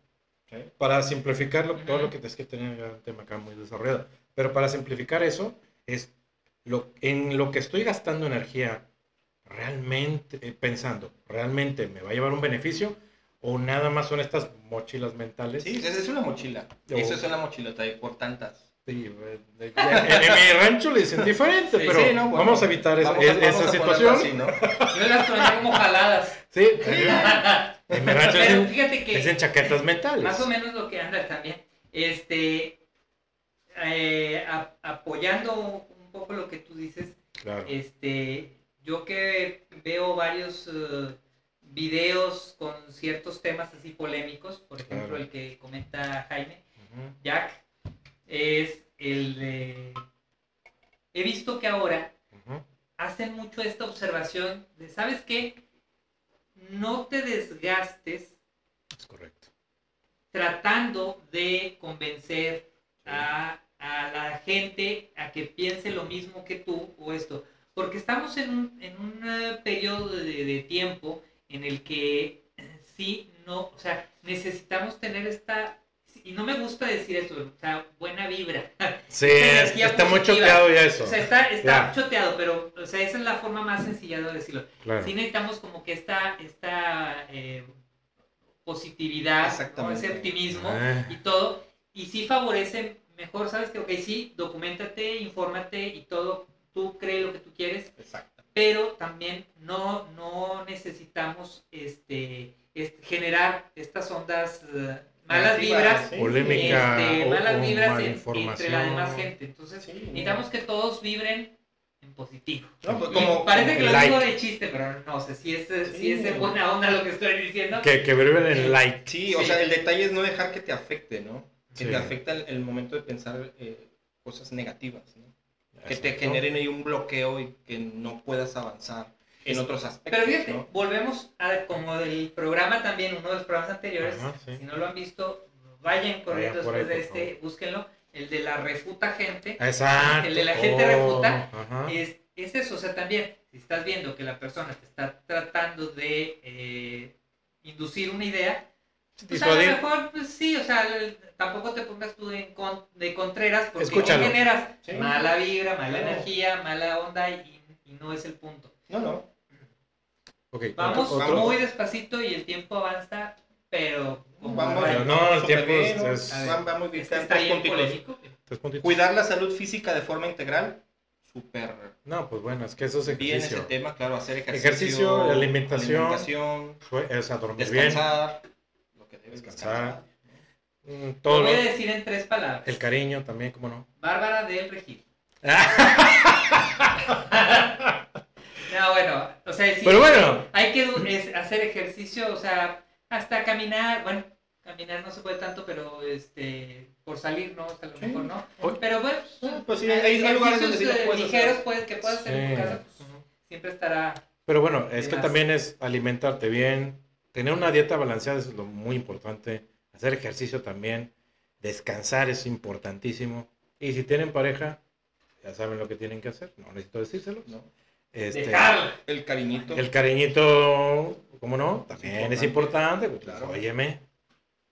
S3: Sí.
S2: Para simplificarlo,
S1: Ujú.
S2: todo lo que es que tener ya el tema acá muy desarrollado. Pero para simplificar eso, es lo, en lo que estoy gastando energía realmente, eh, pensando, ¿realmente me va a llevar un beneficio? ¿O nada más son estas mochilas mentales?
S3: Sí, esa es una mochila.
S2: Yo-
S3: Eso es una mochilota y por tantas.
S2: Sí, eh, eh, en, en mi rancho le dicen diferente,
S3: Sí,
S2: pero
S3: sí, no, bueno,
S2: vamos a evitar es-
S3: vamos a-
S2: es- esa
S3: vamos a ponerlo
S2: situación.
S3: así, ¿no?
S1: Yo las tomé como
S2: *laughs*
S1: jaladas.
S2: Sí, en mi rancho le
S1: Pero
S2: dicen
S1: fíjate
S2: Es en
S1: que
S2: chaquetas mentales.
S1: más o menos lo que anda también, este, eh, a- apoyando un poco lo que tú dices,
S2: Claro.
S1: este, yo que veo varios eh, videos con ciertos temas así polémicos, por ejemplo
S2: Claro.
S1: el que comenta Jaime,
S2: Ujú.
S1: Jack, es el de... He visto que ahora
S2: Ujú.
S1: hacen mucho esta observación de, ¿sabes qué? No te desgastes
S2: Es correcto.
S1: tratando de convencer a, a la gente a que piense lo mismo que tú o esto. Porque estamos en un, en un eh, periodo de, de tiempo en el que eh, sí, no, o sea, necesitamos tener esta, y no me gusta decir eso, o sea, buena vibra. *laughs*
S2: Sí,
S1: Es energía
S2: está muy
S1: positiva.
S2: choteado ya eso.
S1: O sea, está, está
S2: Ya.
S1: choteado, pero, o sea, esa es la forma más sencilla de decirlo.
S2: Claro.
S1: sí necesitamos como que esta, esta eh, positividad, ¿no?
S3: Exactamente.
S1: ese optimismo
S2: Ah.
S1: y todo, y sí favorece mejor, sabes que, ok, sí, documentate, infórmate y todo, tú cree lo que tú quieres,
S3: Exacto.
S1: pero también no, no necesitamos este, es- generar estas ondas eh, malas
S3: Negativas,
S1: vibras,
S3: sí.
S2: Polémica
S1: este,
S2: o,
S1: malas
S2: o
S1: vibras en- entre
S2: malinformación.
S1: la demás gente, entonces
S3: Sí.
S1: necesitamos que todos vibren en positivo.
S3: No, pues,
S1: Y
S3: como,
S1: parece que lo
S2: like.
S1: digo de chiste, pero no sé si es, si es de
S3: Sí.
S1: buena onda lo que estoy diciendo.
S2: Que, que beben en light.
S3: Sí, o
S1: Sí.
S3: sea, el detalle es no dejar que te afecte, ¿no? Que
S2: Sí.
S3: te afecta el, el momento de pensar eh, cosas negativas, ¿no? Que te
S2: Exacto.
S3: generen ahí un bloqueo y que no puedas avanzar en otros aspectos,
S1: Pero fíjate,
S3: ¿no?
S1: volvemos a como del programa también, uno de los programas anteriores.
S2: Ajá, sí.
S1: Si no lo han visto, vayan corriendo
S2: por
S1: después
S2: ahí,
S1: de
S2: por
S1: este, búsquenlo. El de la refuta gente.
S2: Exacto.
S1: El de la gente refuta
S2: ajá.
S1: Es, es eso, o sea, también, si estás viendo que la persona te está tratando de eh, inducir una idea, Pues a lo
S2: Disuadir.
S1: mejor, pues sí, o sea, el- tampoco te pongas tú en con- de contreras porque
S2: Escúchalo.
S1: no generas
S3: Sí.
S1: mala vibra, mala
S3: Claro.
S1: energía, mala onda y, y no es el punto.
S3: No, no.
S2: Ok,
S1: Vamos
S2: otro- otro-
S1: muy despacito y el tiempo avanza, pero como
S3: Vamos,
S1: rayo.
S2: no, el
S3: súper
S2: tiempo
S3: bien,
S2: es-
S3: ¿no?
S2: es-
S3: Van- vamos bien,
S1: Es que está
S3: tres
S1: bien
S3: puntitos.
S1: polémico.
S2: tres puntitos.
S3: Cuidar la salud física de forma integral, súper
S2: No, pues bueno, es que eso es
S3: bien ese
S2: ejercicio.
S3: tema, claro, hacer ejercicio.
S2: Ejercicio, alimentación.
S3: alimentación,
S2: Fue- O sea, dormir bien.
S3: descansar, lo que debes
S2: Descansar.
S3: descansar.
S2: mm,
S1: Lo
S2: Todo lo-
S1: voy a decir en tres palabras.
S2: el cariño también, ¿cómo no?
S1: Bárbara del Regil. No, bueno, o sea, sí,
S2: Pero bueno,
S1: hay que du- es- hacer ejercicio, o sea, hasta caminar, bueno, caminar no se puede tanto, pero este, por salir, ¿no? O sea, a lo
S2: Sí.
S1: mejor no.
S2: Oye.
S1: Pero bueno,
S3: Ah, pues sí, hay- hay
S1: ejercicios,
S3: lugares donde sí lo
S1: eh,
S3: puedes hacer.
S1: ligeros puedes- que puedas hacer en tu
S2: Sí.
S1: casa, pues, siempre estará
S2: pero bueno, es
S1: ¿Qué
S2: que
S1: más?
S2: también es alimentarte bien, tener una dieta balanceada es lo muy importante, hacer ejercicio también, descansar es importantísimo. Y si tienen pareja, ya saben lo que tienen que hacer, no necesito decírselo.
S3: pues, ¿no?
S2: Este,
S1: dejar.
S3: El cariñito.
S2: El cariñito, ¿cómo no? También es importante, pues,
S3: Claro.
S2: óyeme,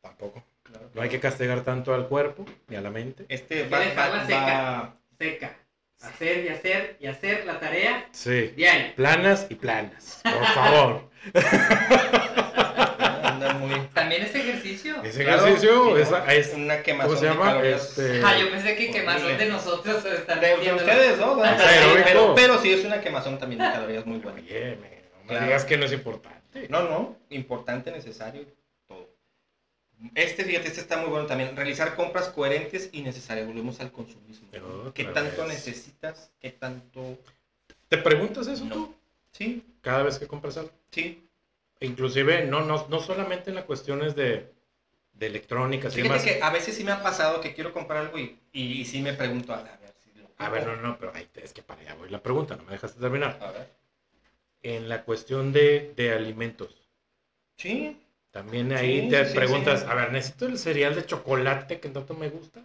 S2: tampoco.
S3: claro.
S2: No hay que castigar tanto al cuerpo ni a la mente.
S3: Este
S1: Ya
S3: va,
S1: dejarla
S3: va-
S1: seca.
S3: va-
S1: Seca. Hacer y hacer y hacer la tarea
S2: Sí,
S1: diaria.
S2: planas y planas, por
S3: *laughs*
S2: favor.
S3: va a andar muy...
S1: También es ejercicio.
S2: Ese
S3: Claro,
S2: *laughs* ejercicio
S3: sí, ¿no?
S2: es, es-
S3: una quemazón
S2: ¿cómo se
S3: de
S2: llama?
S3: calorías.
S2: Este,
S1: Ah, yo pensé que
S3: eh, Horrible.
S1: quemazón de nosotros estar
S3: De, de
S1: diciéndolo.
S3: ustedes, ¿no?
S2: Ah,
S3: pero,
S2: pero-
S3: pero, pero sí es una quemazón también de calorías muy buena.
S2: óyeme, no me
S3: Claro.
S2: digas que no es importante.
S3: No, no, importante, necesario, todo. Este, fíjate, este está muy bueno también. Realizar compras coherentes y necesarias. Volvemos al consumismo.
S2: Otra
S3: ¿Qué tanto
S2: vez.
S3: necesitas? ¿Qué tanto...?
S2: ¿Te preguntas eso
S3: No.
S2: tú
S3: Sí,
S2: cada vez que compras algo?
S3: sí.
S2: Inclusive, no, no, no solamente en las cuestiones de, de electrónica, sino
S3: Fíjate
S2: más...
S3: que a veces sí me ha pasado que quiero comprar algo y, y, y sí me pregunto, a ver, si lo
S2: A ver, no, no, pero ahí te- es que para allá voy la pregunta, no me dejaste terminar.
S3: A ver.
S2: En la cuestión de, de alimentos,
S3: Sí,
S2: También ahí
S3: Sí,
S2: te
S3: sí, sí,
S2: preguntas,
S3: sí.
S2: a ver, necesito el cereal de chocolate que tanto me gusta.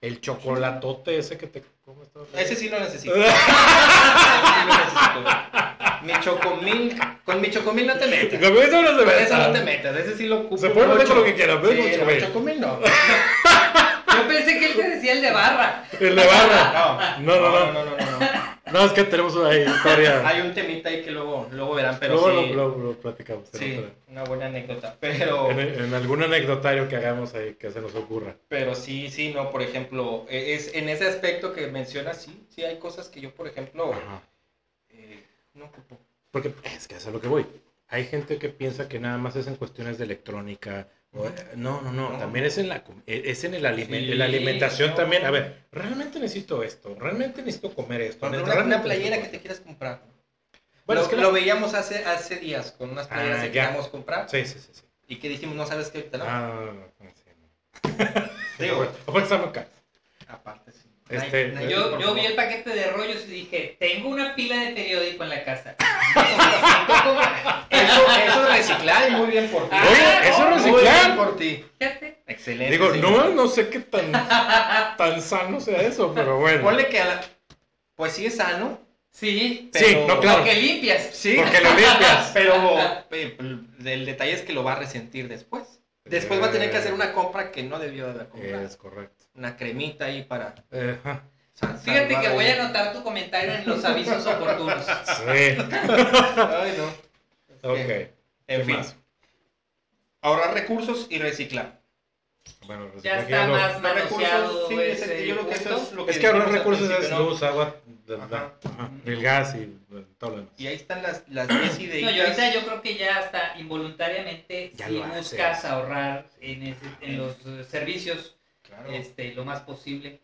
S2: El chocolatote ese que te comes todo el día?
S3: ese sí
S2: *laughs*
S3: lo necesito. Ese sí lo necesito. Mi chocomil, con mi chocomil no te metas.
S2: Con eso no se
S3: Con
S2: meta.
S3: eso no te metas, ese sí lo ocupo.
S2: Se puede meter
S3: mucho.
S2: lo que quiera, pero
S3: Sí,
S2: con chocomil.
S3: no,
S2: *laughs*
S3: chocomil no.
S1: Yo pensé que él te decía el de barra.
S2: El de barra.
S3: No,
S2: No, no, no.
S3: no, no, no, no.
S2: No, es que tenemos una historia.
S3: Hay un temita ahí que luego, luego verán, pero
S2: Luego
S3: sí,
S2: lo, lo- lo platicamos. en
S3: sí,
S2: otra.
S3: una buena anécdota. Pero,
S2: En, en algún anecdotario que hagamos ahí, que se nos ocurra.
S3: pero sí, sí, no, por ejemplo, eh, es en ese aspecto que mencionas, sí, sí hay cosas que yo, por ejemplo,
S2: Ajá.
S3: eh, no ocupo.
S2: Porque es que eso es a lo que voy. Hay gente que piensa que nada más es en cuestiones de electrónica. o- eh, no, no, no,
S3: No.
S2: También es en la, com- eh, es en el alimen-
S3: Sí,
S2: en la alimentación
S3: no.
S2: también. A ver, realmente necesito esto. Realmente necesito comer esto.
S3: Por ejemplo, una,
S2: realmente
S3: una playera que
S2: necesito-
S3: te quieras comprar.
S2: Bueno,
S3: lo,
S2: es que
S3: lo
S2: la-
S3: veíamos hace, hace días con unas playeras
S2: Ah,
S3: que
S2: ya.
S3: queríamos comprar
S2: Sí, sí, sí. sí.
S3: y que dijimos, no sabes qué ahorita no.
S2: Ah, sí, no.
S3: Digo,
S2: Aparte está muy caro.
S3: aparte sí.
S2: Este,
S3: Nike, Nike,
S1: Yo,
S3: por
S1: yo vi
S3: favor.
S1: el paquete de rollos y dije, tengo una pila de periódico en la
S3: *laughs*
S1: casa. Fíjate.
S3: Eso, eso es reciclar y muy bien por ti.
S1: Ah, Oye, eso
S2: es
S3: Muy
S2: reciclar.
S3: bien por ti. Excelente.
S2: Digo,
S3: señor.
S2: no, no sé qué
S3: *laughs*
S2: tan, tan sano sea eso, pero bueno.
S3: Ponle que a la... Pues sí es sano.
S1: Sí,
S2: Sí,
S3: pero-
S2: no, claro.
S1: porque limpias.
S3: Sí,
S2: *laughs* Porque lo limpias.
S3: pero eh, el detalle es que lo va a resentir después. *laughs* Después va a tener que hacer una compra que no debió de haber comprado.
S2: Es correcto.
S3: Una cremita ahí para...
S2: Eh, ajá.
S3: sa-
S1: Fíjate
S3: salvar
S1: que voy a
S2: *laughs*
S3: ahí.
S1: anotar tu comentario en los avisos oportunos.
S3: Pues,
S2: Sí.
S3: Ay, no.
S2: Ok.
S3: En
S2: ¿Qué
S3: fin.
S2: más?
S3: Ahorrar recursos y reciclar.
S2: Bueno,
S1: Ya
S2: resulta
S3: pues,
S2: que
S1: está
S2: no-
S1: más
S3: Los
S1: manoseado
S3: sí,
S1: ese
S3: ese- yo creo que eso
S1: punto.
S3: es lo que...
S2: Es que ahorrar
S3: dijimos al
S2: recursos es
S3: principio, ¿no?
S2: luz, agua, la- la-
S3: Ajá.
S2: ajá, el gas y bueno, todo lo demás.
S3: Y ahí están las, las 10 ideas.
S1: No, yo ahorita yo creo que ya hasta involuntariamente
S2: Ya
S1: si
S2: lo haces.
S1: buscas ahorrar en, ese- en los eh, servicios
S3: Claro.
S1: este, lo más posible.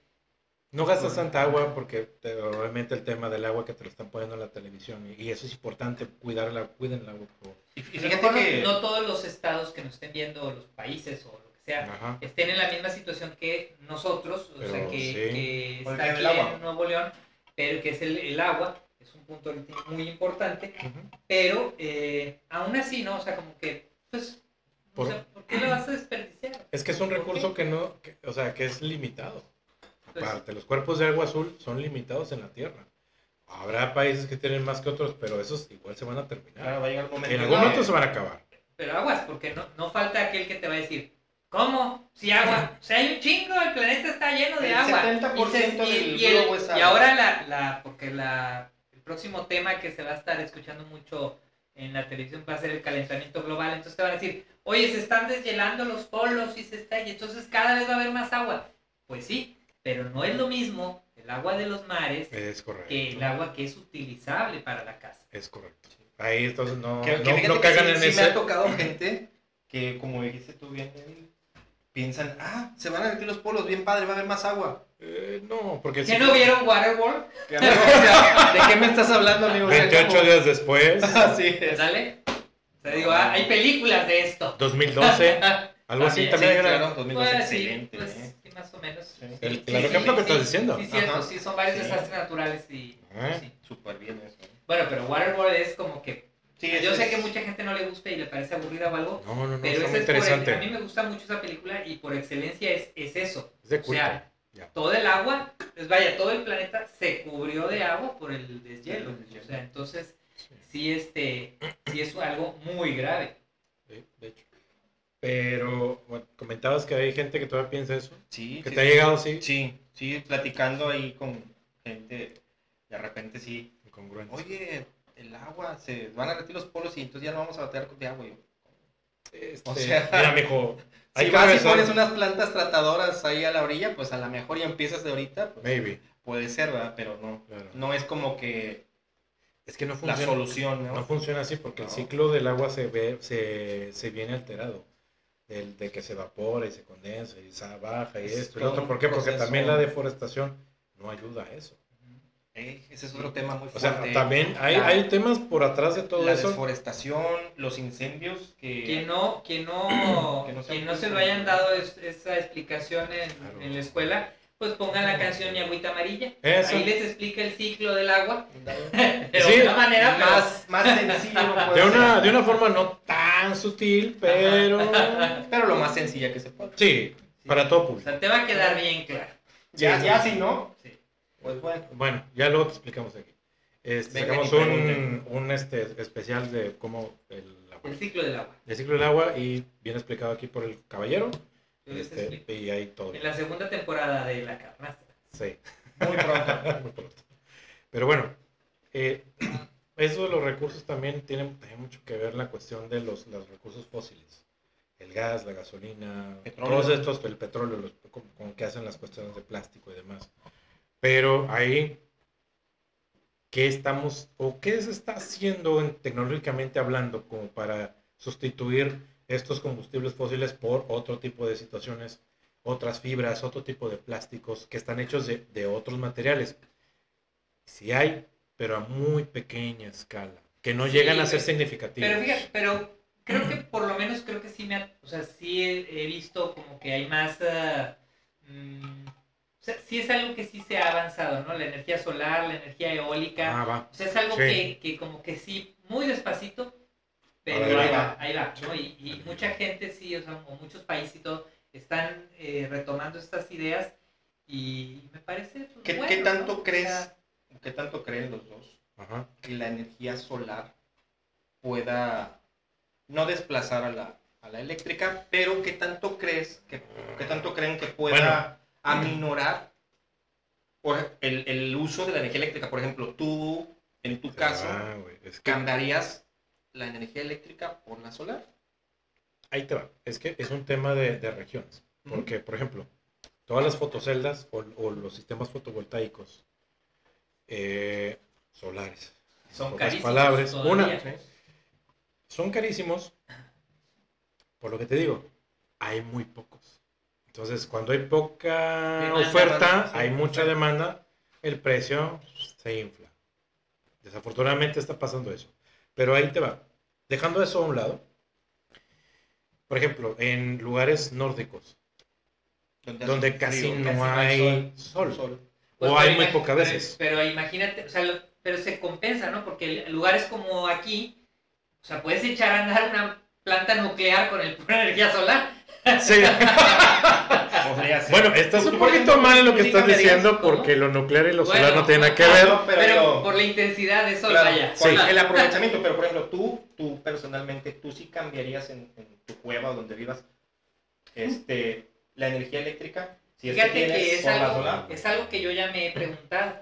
S2: No gastas tanta agua porque te- obviamente el tema del agua que te lo están poniendo en la televisión y, y eso es importante, cuidarla, cuiden el agua. por favor.
S3: Y
S1: A
S3: y
S1: lo
S3: fíjate
S1: mejor no-
S3: que...
S1: no todos los estados que nos estén viendo, o los países o lo que sea,
S2: Ajá.
S1: estén en la misma situación que nosotros, o
S2: Pero
S1: sea, que,
S2: sí.
S1: que
S3: Por el
S1: está
S3: tema
S1: aquí
S3: del agua.
S1: en Nuevo León, pero que es el, el agua, es un punto ahorita muy importante,
S2: Ujú.
S1: pero eh, aún así, ¿no? O sea, como que, pues, o
S2: Por-
S1: sea, ¿por qué lo vas a desperdiciar?
S2: Es que es un
S1: ¿Por
S2: recurso
S1: qué?
S2: que no, que- o sea, que es limitado.
S1: Pues,
S2: Aparte, los cuerpos de agua azul son limitados en la Tierra. Habrá países que tienen más que otros, pero esos igual se van a terminar.
S3: Claro, va a llegar un momento
S2: En algún
S3: que-
S2: momento se van a acabar.
S1: pero aguas, porque no, no falta aquel que te va a decir, ¿cómo? Si agua, o sea, hay un chingo, el planeta está lleno de
S3: El
S1: agua.
S3: 70%
S1: y, se- y-
S3: del
S1: y el-
S3: globo es
S1: y
S3: agua.
S1: ahora la, la, porque la, el próximo tema que se va a estar escuchando mucho en la televisión va a ser el calentamiento global, entonces te van a decir, oye, se están deshielando los polos y se está, y entonces cada vez va a haber más agua. Pues sí, pero no es lo mismo el agua de los mares
S2: Es correcto.
S1: que el agua que es utilizable para la casa.
S2: Es correcto. Ahí entonces no,
S3: Que- que
S2: no,
S3: fíjate
S2: no
S3: que
S2: caigan
S3: sí-
S2: en
S3: sí
S2: ese.
S3: me ha tocado gente que, como dijiste tú bien, piensan, ah, se van a vertir los polos, bien padre, va a haber más agua.
S2: Eh, no, porque
S1: ¿Que
S2: si-
S1: no vieron Waterworld?
S3: *laughs* Que no, o sea, *laughs* ¿De qué me estás hablando, amigo? O sea,
S2: 28
S3: como-
S2: días después,
S3: *laughs* Así es.
S1: ¿Sale? O sea, digo, ah, hay películas de esto.
S3: *laughs*
S2: 2012, algo así
S3: También,
S2: también
S3: sí,
S2: hay una-
S3: claro, 2012,
S1: Pues sí,
S3: excelente,
S1: pues
S3: ¿eh?
S1: sí, más o menos.
S3: Sí.
S1: Sí,
S2: El,
S1: sí,
S2: el ejemplo
S1: sí,
S2: que estás
S1: sí,
S2: diciendo.
S1: Sí, cierto,
S3: Ajá.
S1: sí, son varios
S3: Sí. ¿Eh?
S1: desastres naturales y...
S2: Ajá.
S1: sí.
S3: Súper bien eso. ¿eh?
S1: Bueno, pero Waterworld es como que...
S3: Sí,
S1: Yo
S3: es-
S1: sé que mucha gente no le gusta y le parece aburrida o algo,
S2: No, no, no,
S1: pero
S2: está muy
S1: ese es por
S2: interesante.
S1: a mí me gusta mucho esa película y por excelencia es, es eso.
S2: Es de
S1: O
S2: culto.
S1: sea,
S2: Ya.
S1: todo el agua, pues vaya, todo el planeta se cubrió de agua por el deshielo.
S3: El deshielo.
S1: O sea, entonces sí, este, sí es algo muy grave.
S2: Sí, de hecho. Pero, bueno, comentabas que hay gente que todavía piensa eso.
S3: Sí,
S2: Que
S3: sí,
S2: te ha llegado, sí.
S3: sí, sí, platicando ahí con gente, de repente sí,
S2: Incongruente.
S3: oye, el agua, se van a retirar los polos y entonces ya no vamos a batear de agua. Y yo,
S2: Este,
S3: o sea-
S2: mira, mijo, hay
S3: *laughs* si
S2: que
S3: vas y
S2: regresar.
S3: pones unas plantas tratadoras ahí a la orilla, pues a lo mejor ya empiezas de ahorita, pues,
S2: Maybe.
S3: puede ser, ¿verdad? Pero no,
S2: claro.
S3: no es como que
S2: Es que no
S3: la
S2: funciona.
S3: solución, ¿no?
S2: No funciona así porque el
S3: No.
S2: ciclo del agua se ve, se, se viene alterado. Del, de que se evapora y se condensa y sa- baja y
S3: Es
S2: esto y lo
S3: todo
S2: otro.
S3: un
S2: ¿Por qué? Porque
S3: proceso.
S2: también la deforestación no ayuda a eso.
S3: Eh, ese es otro tema muy
S2: O
S3: fuerte.
S2: sea, también hay,
S3: La-
S2: hay temas por atrás de todo
S3: la
S2: eso.
S3: deforestación, los incendios que...
S1: Quien no, quien no,
S3: Que no sea
S1: quien no se
S3: justo.
S1: lo hayan dado es- esa explicación en,
S2: Claro.
S1: en la escuela, pues pongan la canción y agüita amarilla.
S2: Eso.
S1: Ahí les explica el ciclo del agua, pero
S2: Sí.
S1: de una manera pero-
S3: más, más sencillo. no
S2: De
S3: puede
S2: una,
S3: ser.
S2: de una forma no tan sutil, pero...
S3: Pero lo más sencilla que se pueda.
S2: Sí, para todo
S1: O
S2: público.
S1: sea, te va a quedar bien claro.
S3: Ya,
S2: Sí,
S3: ya
S2: sí.
S3: si no,
S1: Sí.
S3: pues bueno.
S2: Bueno, ya luego te explicamos aquí. Este,
S3: Vengan y
S2: sacamos un,
S3: pregunten.
S2: un este, especial de cómo el, agua-
S1: El ciclo del agua.
S2: el ciclo del agua y bien explicado aquí por el caballero.
S1: Yo les
S2: Este,
S1: explico.
S2: y ahí todo.
S1: En la segunda temporada de La Carnasta.
S2: Sí, *laughs*
S3: Muy pronto.
S2: muy pronto. Pero bueno, eh, *clears throat* eso de los recursos también tienen, tiene mucho que ver la cuestión de los, los recursos fósiles. El gas, la gasolina,
S3: Petróleo.
S2: todos estos, el petróleo, los, con, con que hacen las cuestiones de plástico y demás. Pero ahí, ¿qué estamos o qué se está haciendo en- tecnológicamente hablando como para sustituir estos combustibles fósiles por otro tipo de situaciones, otras fibras, otro tipo de plásticos que están hechos de, de otros materiales? Sí hay, pero a muy pequeña escala, que no
S1: Sí,
S2: llegan a ser
S1: pero-
S2: significativos.
S1: Pero fíjate, pero creo que por lo menos creo que sí me ha, o sea, sí he, he visto como que hay más ah, mm, o sea, sí es algo que sí se ha avanzado, ¿no? La energía solar, la energía eólica.
S2: Ah, va.
S1: O sea, es algo
S2: sí.
S1: que, que como que sí, muy despacito, pero
S2: Ahí
S1: ahí
S2: va.
S1: va, ahí va, ¿no? Y, y mucha gente sí, o sea, o muchos países y todo, están eh, retomando estas ideas y me parece pues,
S3: ¿Qué,
S1: bueno,
S3: qué tanto
S1: ¿no? O
S3: crees?
S1: sea,
S3: ¿Qué tanto creen los dos?
S2: Ajá.
S3: Que la energía solar pueda no desplazar a la, a la eléctrica, pero ¿qué tanto crees que qué tanto creen que pueda aminorar por el, el uso de la energía eléctrica? Por ejemplo, tú, en tu caso,
S2: Ah, güey, es que
S3: ¿cambiarías la energía eléctrica por la solar?
S2: ahí te va. Es que es un tema de, de regiones. Porque, por ejemplo, todas las fotoceldas o, o los sistemas fotovoltaicos eh, solares
S1: son
S2: pocas
S1: carísimas
S2: palabras,
S1: todavía.
S2: una. son carísimos. Por lo que te digo, hay muy pocos. Entonces, cuando hay poca
S1: Demanda,
S2: oferta,
S3: demanda, sí,
S2: hay mucha
S3: oferta.
S2: demanda, el precio se infla. Desafortunadamente está pasando eso. Pero ahí te va. Dejando eso a un lado, por ejemplo, en lugares nórdicos,
S3: Donde,
S2: donde
S3: hace
S2: casi
S3: frío,
S2: no
S3: casi
S2: hay sol.
S3: sol.
S2: O
S1: pero
S2: hay muy
S1: imagi-
S2: pocas
S1: pero-
S2: veces.
S1: Pero, imagínate, o sea, lo- pero se compensa, ¿no? Porque el- lugares como aquí, o sea, puedes echar a andar una planta nuclear con el *laughs* pura energía solar.
S2: *laughs* Sí.
S3: Podría ser.
S2: Bueno, estás un poquito mal en lo que
S1: Sí,
S2: estás
S1: cambiaría,
S2: diciendo
S1: ¿no?
S2: porque lo nuclear y lo
S1: Bueno,
S2: solar no tienen nada que
S1: ah,
S2: ver.
S3: No, pero,
S1: Pero,
S3: digo,
S1: por la intensidad de sol,
S3: claro,
S1: vaya.
S3: por
S2: Sí.
S3: el aprovechamiento, pero por ejemplo, tú, tú personalmente, tú sí cambiarías en, en tu cueva o donde vivas este, la energía eléctrica. Si es que
S1: Fíjate
S3: tienes
S1: que es
S3: por la
S1: algo,
S3: solar.
S1: es algo que yo ya me he preguntado.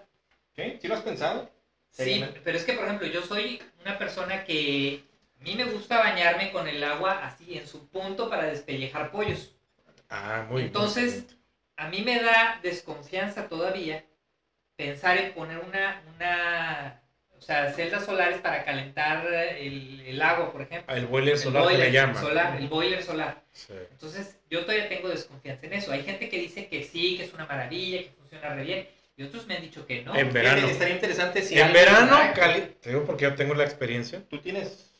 S3: ¿Sí? ¿Sí lo has pensado?
S1: Sí,
S3: Seriamente.
S1: pero es que, por ejemplo, yo soy una persona que a mí me gusta bañarme con el agua así, en su punto, para despellejar pollos.
S2: Ah, muy bien.
S1: Entonces, a mí me da desconfianza todavía pensar en poner una, una o sea, celdas solares para calentar el, el agua, por ejemplo.
S2: El boiler solar que le llaman.
S1: solar, el boiler solar.
S2: Sí.
S1: Entonces, yo todavía tengo desconfianza en eso. Hay gente que dice que sí, que es una maravilla, que funciona re bien, y otros me han dicho que no.
S2: En verano.
S3: Estaría interesante si.
S2: En
S3: alguien-
S2: verano,
S3: Ah,
S2: cali- te digo porque yo tengo la experiencia.
S3: Tú tienes.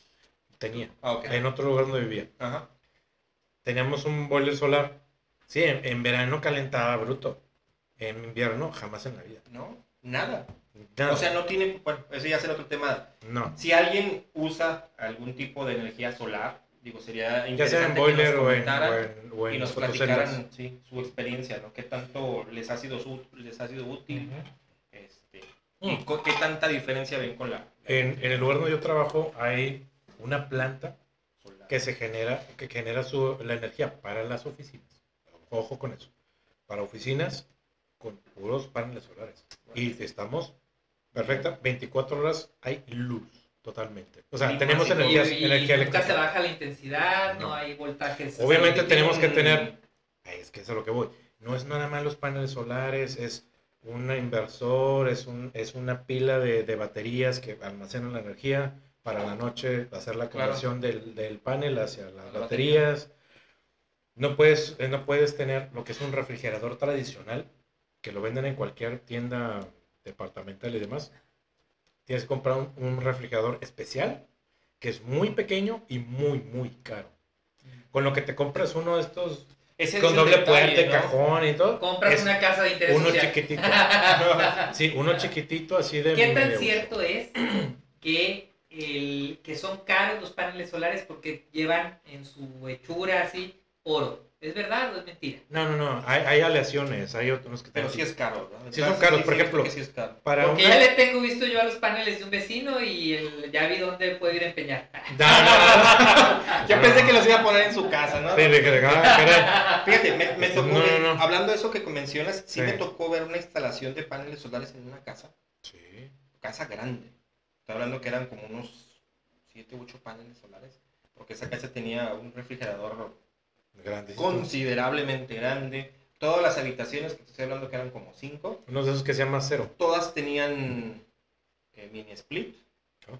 S2: Tenía.
S3: Ah, ok.
S2: En otro lugar donde vivía.
S3: Ajá.
S2: Teníamos un boiler solar. Sí, en, en verano calentaba bruto. En invierno, jamás en la vida.
S3: No, nada.
S2: Nada.
S3: O sea, no tiene. Bueno, ese ya será otro tema.
S2: no.
S3: Si alguien usa algún tipo de energía solar, digo, sería
S2: Ya sea
S3: interesante.
S2: en
S3: que
S2: boiler
S3: nos
S2: o en,
S3: comentaran
S2: o en, o en
S3: y nos
S2: fotoceldas.
S3: platicaran sí, su experiencia, ¿no? ¿Qué tanto les ha sido, su- les ha sido útil?
S1: "Mm,
S3: Este, y
S2: Mm.
S3: co- ¿Qué tanta diferencia ven con la, la
S2: En, en el lugar donde yo trabajo hay una planta
S3: solar?
S2: que se genera, que genera su, la energía para las oficinas. Ojo con eso. Para oficinas con puros paneles solares. Y estamos perfecta. 24 horas hay luz totalmente. O sea,
S3: Y
S2: tenemos
S3: más en
S2: energías,
S1: Y
S2: energía
S1: nunca se
S2: eléctrica.
S1: baja la intensidad, no,
S2: No.
S1: hay voltajes.
S2: Obviamente
S1: así.
S2: tenemos que tener- Ay, Es que eso es a lo que voy. No es nada más los paneles solares, es un inversor, es, un, es una pila de, de baterías que almacenan la energía para la noche hacer la
S3: Claro.
S2: conversión del, del panel hacia las
S3: La batería.
S2: baterías. No puedes, eh, no puedes tener lo que es un refrigerador tradicional, que lo venden en cualquier tienda departamental y demás. Tienes que comprar un, un refrigerador especial, que es muy pequeño y muy, muy caro.
S3: Mm.
S2: Con lo que te compras uno de estos
S3: Ese es
S2: con
S3: el
S2: doble
S3: detalle,
S2: puerta, y
S3: ¿no?
S2: cajón y todo.
S1: Compras
S2: es
S1: una casa de interés
S2: uno
S1: social.
S2: chiquitito. sí, uno chiquitito así de.
S1: *laughs* ¿Qué tan
S2: *laughs* medio uso.
S1: cierto es que, el, que son caros los paneles solares porque llevan en su hechura así oro? ¿Es verdad o es mentira?
S2: No, no, no. Hay, hay aleaciones, hay otros que
S3: Pero
S2: tienen-
S3: sí es caro, ¿no?
S2: Sí son caros, por
S3: sí,
S2: ejemplo.
S3: que sí es caro.
S2: Para
S1: Porque
S2: una-
S1: ya le tengo visto yo a los paneles de un vecino y el- ya vi dónde puedo ir a empeñar.
S2: No, no, no.
S3: Yo Ah, pensé que los iba a poner en su casa, ¿no?
S2: Sí, dije, ah, caray.
S3: Fíjate, me, me tocó,
S2: No,
S3: ver-
S2: no, no.
S3: hablando de eso que mencionas, sí,
S2: Sí.
S3: me tocó ver una instalación de paneles solares en una casa,
S2: Sí.
S3: casa grande. Estoy hablando que eran como unos 7 u 8 paneles solares, porque esa casa tenía un refrigerador
S2: Grandísimo.
S3: considerablemente grande. Todas las habitaciones, que te estoy hablando que eran como 5,
S2: Uno de esos que se llama cero.
S3: todas tenían eh, mini split.
S2: Oh.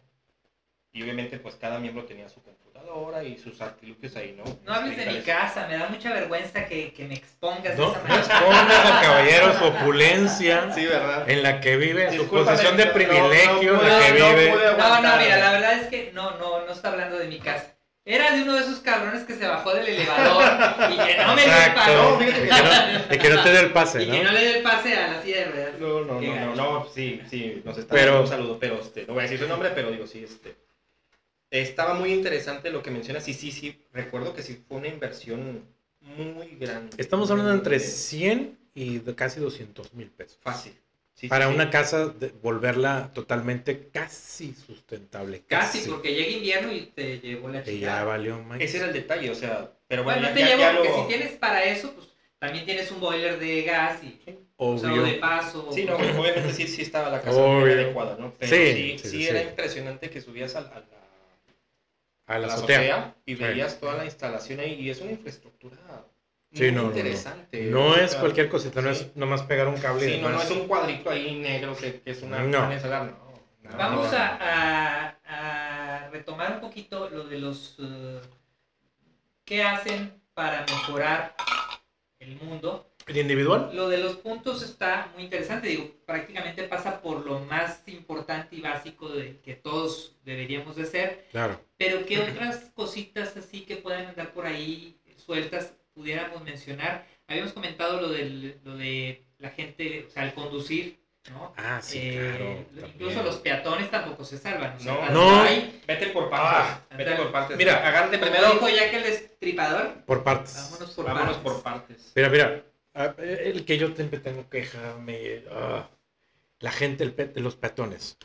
S3: Y obviamente pues cada miembro tenía su computadora y sus artilugios ahí, ¿no? Este,
S1: No hables de mi
S3: Cristales.
S1: casa, me da mucha vergüenza que, que me expongas
S2: No
S1: de esa
S2: no
S1: manera.
S2: expongas al caballero su opulencia
S3: Sí, ¿verdad?
S2: en la que vive, en Eh, su
S3: Discúlpame,
S2: posición de
S3: no,
S2: privilegio
S3: no
S2: en la que
S3: pude, no
S2: vive.
S3: pude
S1: No, no,
S3: aguantar.
S1: mira, la verdad es que no, no, no está hablando de mi casa. Era de uno de esos cabrones que se bajó del elevador y que no me dio el
S2: Exacto.
S1: paro.
S2: Y que no- Y que no te dé el pase,
S1: Y que no
S2: ¿no?
S1: le dé el pase a la silla de ruedas.
S3: No, no,
S1: Qué
S3: no, no,
S1: gacho.
S3: no, sí, sí, nos está
S2: Pero-
S3: dando un saludo, pero este, no voy a decir su nombre, pero digo, sí, este. Estaba muy interesante lo que mencionas, y sí, sí, recuerdo que sí fue una inversión muy grande.
S2: Estamos hablando
S3: Muy
S2: entre
S3: grande.
S2: 100 y de casi 200 mil pesos.
S3: Fácil. Sí,
S2: Para
S3: sí,
S2: una
S3: sí.
S2: casa, de- volverla totalmente casi sustentable.
S1: Casi, porque llega invierno y te llevó la
S2: Que ya
S1: chica.
S2: valió más.
S3: Ese era el detalle, o sea, pero bueno,
S1: Bueno, no
S3: ya,
S1: te
S3: ya-
S1: llevo
S3: ya
S1: porque
S3: lo-
S1: si tienes para eso, pues también tienes un boiler de gas y o sea, o de
S2: Obvio.
S1: paso.
S3: Sí, no, obviamente sí, sí estaba la casa
S2: Obvio.
S3: adecuada, ¿no? Pero
S2: Sí,
S3: sí, sí,
S2: sí, sí,
S3: era
S2: sí.
S3: impresionante que subías al- a la
S2: A la
S3: la
S2: azotea.
S3: azotea, y
S2: Sí.
S3: veías toda la instalación ahí y es una infraestructura
S2: Sí,
S3: muy
S2: no, no, no.
S3: interesante. O
S2: No
S3: sea,
S2: es cualquier cosita, no
S3: sí.
S2: es nomás pegar un cable. y
S3: pues Sí, no, no
S2: demás.
S3: es un cuadrito ahí negro que, que es una
S2: No.
S3: panel solar, no. no.
S1: Vamos
S2: no,
S1: a,
S2: no.
S1: a- a retomar un poquito lo de los... eh, ¿Qué hacen para mejorar el mundo?
S2: ¿El individual?
S1: Lo de los puntos está muy interesante, digo, prácticamente pasa por lo más importante y básico de que todos deberíamos de hacer,
S2: Claro.
S3: Eh,
S1: pero ¿qué otras cositas así que puedan andar por ahí sueltas pudiéramos mencionar? Habíamos comentado lo, del, lo de la gente, o sea, al conducir, ¿no?
S2: Ah, sí,
S1: Eh,
S2: claro.
S1: incluso
S2: también.
S1: los peatones tampoco se salvan. o sea,
S3: No,
S1: cuando
S2: no.
S1: hay-
S3: Vete por partes.
S1: Ah.
S3: vete por partes.
S2: Mira,
S3: agárrate
S1: como
S3: primero.
S1: dijo Jack el destripador,
S2: Por partes.
S1: vámonos por
S3: Vámonos
S1: partes.
S3: por partes.
S2: Mira, mira. ah, El que yo siempre tengo quejarme. ah, la gente, el pe- los peatones.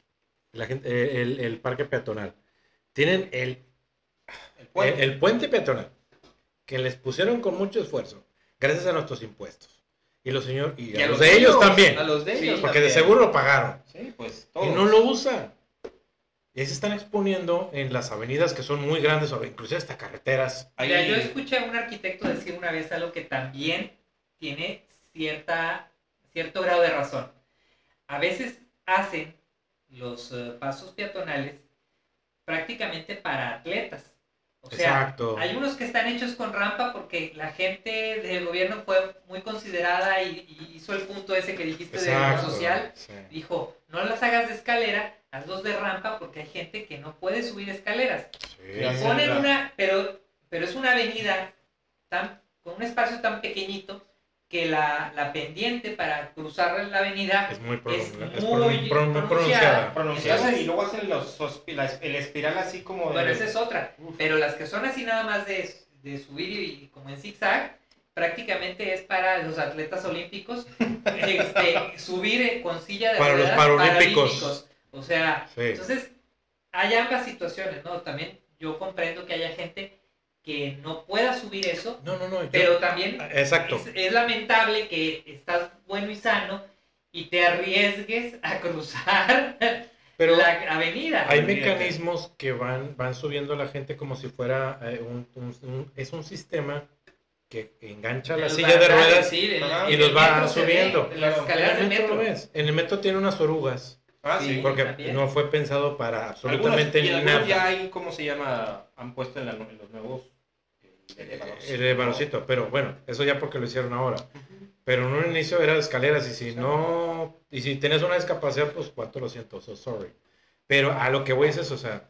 S2: La gente, eh, el, el parque peatonal. Tienen el
S3: Eh, El puente.
S2: El, el puente peatonal, que les pusieron con mucho esfuerzo, gracias a nuestros impuestos. Y los señores, y, a los de ellos también,
S3: A los de
S1: Sí,
S3: ellos.
S2: porque de
S3: también.
S2: seguro lo pagaron.
S3: Sí, pues todo.
S2: Y no lo usan. Y ahí se están exponiendo en las avenidas que son muy grandes, o inclusive hasta carreteras.
S3: Ahí-
S1: Mira, yo escuché a un arquitecto decir una vez algo que también tiene cierta, cierto grado de razón. A veces hacen los eh, pasos peatonales prácticamente para atletas. O sea,
S2: Exacto.
S1: hay unos que están hechos con rampa porque la gente del gobierno fue muy considerada y, y hizo el punto ese que dijiste de lo
S2: Exacto.
S1: social.
S2: sí.
S1: Dijo, no las hagas de escalera, hazlos de rampa porque hay gente que no puede subir escaleras.
S2: Sí.
S3: Ya sé.
S1: Ponen
S3: claro.
S1: una, pero, pero es una avenida tan, con un espacio tan pequeñito que la, la pendiente para cruzar la avenida
S2: Es muy,
S1: es
S2: pronunciada.
S1: muy pronunciada.
S3: Pronunciado,
S1: Entonces-
S3: y luego hacen los, sospi- la es- el espiral así como de-
S1: Bueno, esa es otra.
S3: Uf.
S1: Pero las que son así nada más de, de subir y, y como en zigzag, prácticamente es para los atletas
S2: *laughs*
S1: olímpicos este, subir eh, con silla de
S2: Para los
S1: ruedas
S2: paralímpicos.
S1: paralímpicos. O sea,
S2: Sí.
S1: entonces hay ambas situaciones, ¿no? También yo comprendo que haya gente que no pueda subir eso,
S2: No, no, no. yo-
S1: pero también
S2: Exacto.
S1: es, es lamentable que estás bueno y sano y te arriesgues a cruzar
S2: *laughs* Pero
S1: la avenida.
S2: hay
S3: Olvídate.
S2: mecanismos que van, van subiendo a la gente como si fuera eh, un, un- un- es un sistema que engancha la
S1: Los
S2: silla de
S1: barandales,
S2: ruedas.
S1: sí, del-
S3: ajá,
S1: del
S2: y los va
S1: metro se
S2: subiendo.
S1: ve, de las
S3: Claro,
S1: escaleras
S2: En
S1: del
S2: el metro
S1: metro.
S2: lo ves. En el metro tiene unas orugas,
S3: Ah,
S1: Sí,
S3: sí.
S2: porque
S1: también.
S2: no fue pensado para
S3: Algunos-
S2: absolutamente
S3: y algunos
S2: nada.
S3: ya hay, ¿cómo se llama? Han puesto en, la, en los nuevos. eh, El elevadorcito.
S2: El varoncito, pero bueno, eso ya porque lo hicieron ahora. Pero en un inicio era de escaleras y si no, y si tienes una discapacidad, pues cuánto lo siento, so sorry. Pero a lo que voy es eso, o sea,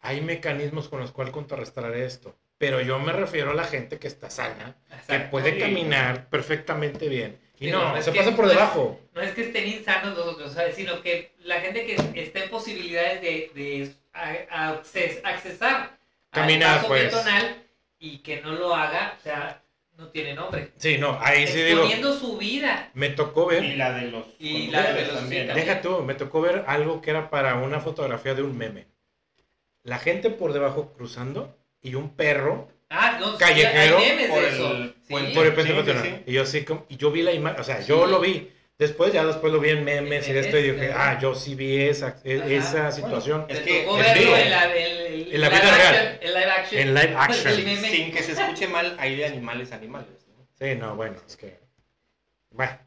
S2: hay mecanismos con los cuales contrarrestar esto. Pero yo me refiero a la gente que está sana, que
S1: Exacto.
S2: puede
S3: Sí.
S2: caminar perfectamente bien. Y
S1: Digo,
S2: no,
S1: es
S2: se
S1: que pues,
S2: pasa por
S1: no es-
S2: debajo.
S1: No es que estén insanos los otros, ¿sabes? sino que la gente que está en posibilidades de, de a- a- acces- accesar
S2: Caminar,
S1: al paso
S2: pues.
S1: peatonal y que no lo haga, o sea, no tiene nombre.
S2: Sí, no, ahí sí digo,
S1: Exponiendo su vida.
S2: me tocó
S3: Y
S2: ver,
S3: la de los.
S1: Y la de los-
S3: también.
S1: sí,
S3: ¿no?
S2: deja tú, me tocó ver algo que era para una fotografía de un meme. La gente por debajo cruzando y un perro
S1: Ah, no, sí,
S2: Callejero
S1: hay memes
S3: por
S1: de
S3: el
S1: eso.
S3: puente.
S1: Sí.
S2: Por el puente
S3: Sí, sí,
S2: peatonal.
S3: sí.
S2: Y yo sí, como- y yo vi la imagen, o sea, yo
S1: Sí.
S2: lo vi. Después, ya después lo vi en memes y
S1: En
S2: de esto, y
S1: memes,
S2: dije,
S1: ajá.
S2: ah, yo sí vi esa, e-
S1: Ajá.
S2: esa situación
S1: Me
S3: Es que
S1: tocó
S2: en
S1: verlo
S2: vivo.
S1: en la, en- en
S2: En la vida
S1: live
S2: real.
S1: action- en live action.
S2: en live
S1: El
S2: action.
S1: meme.
S3: Sin que se escuche mal, hay de animales, animales. ¿no?
S2: Sí, no, bueno, es que. Bueno,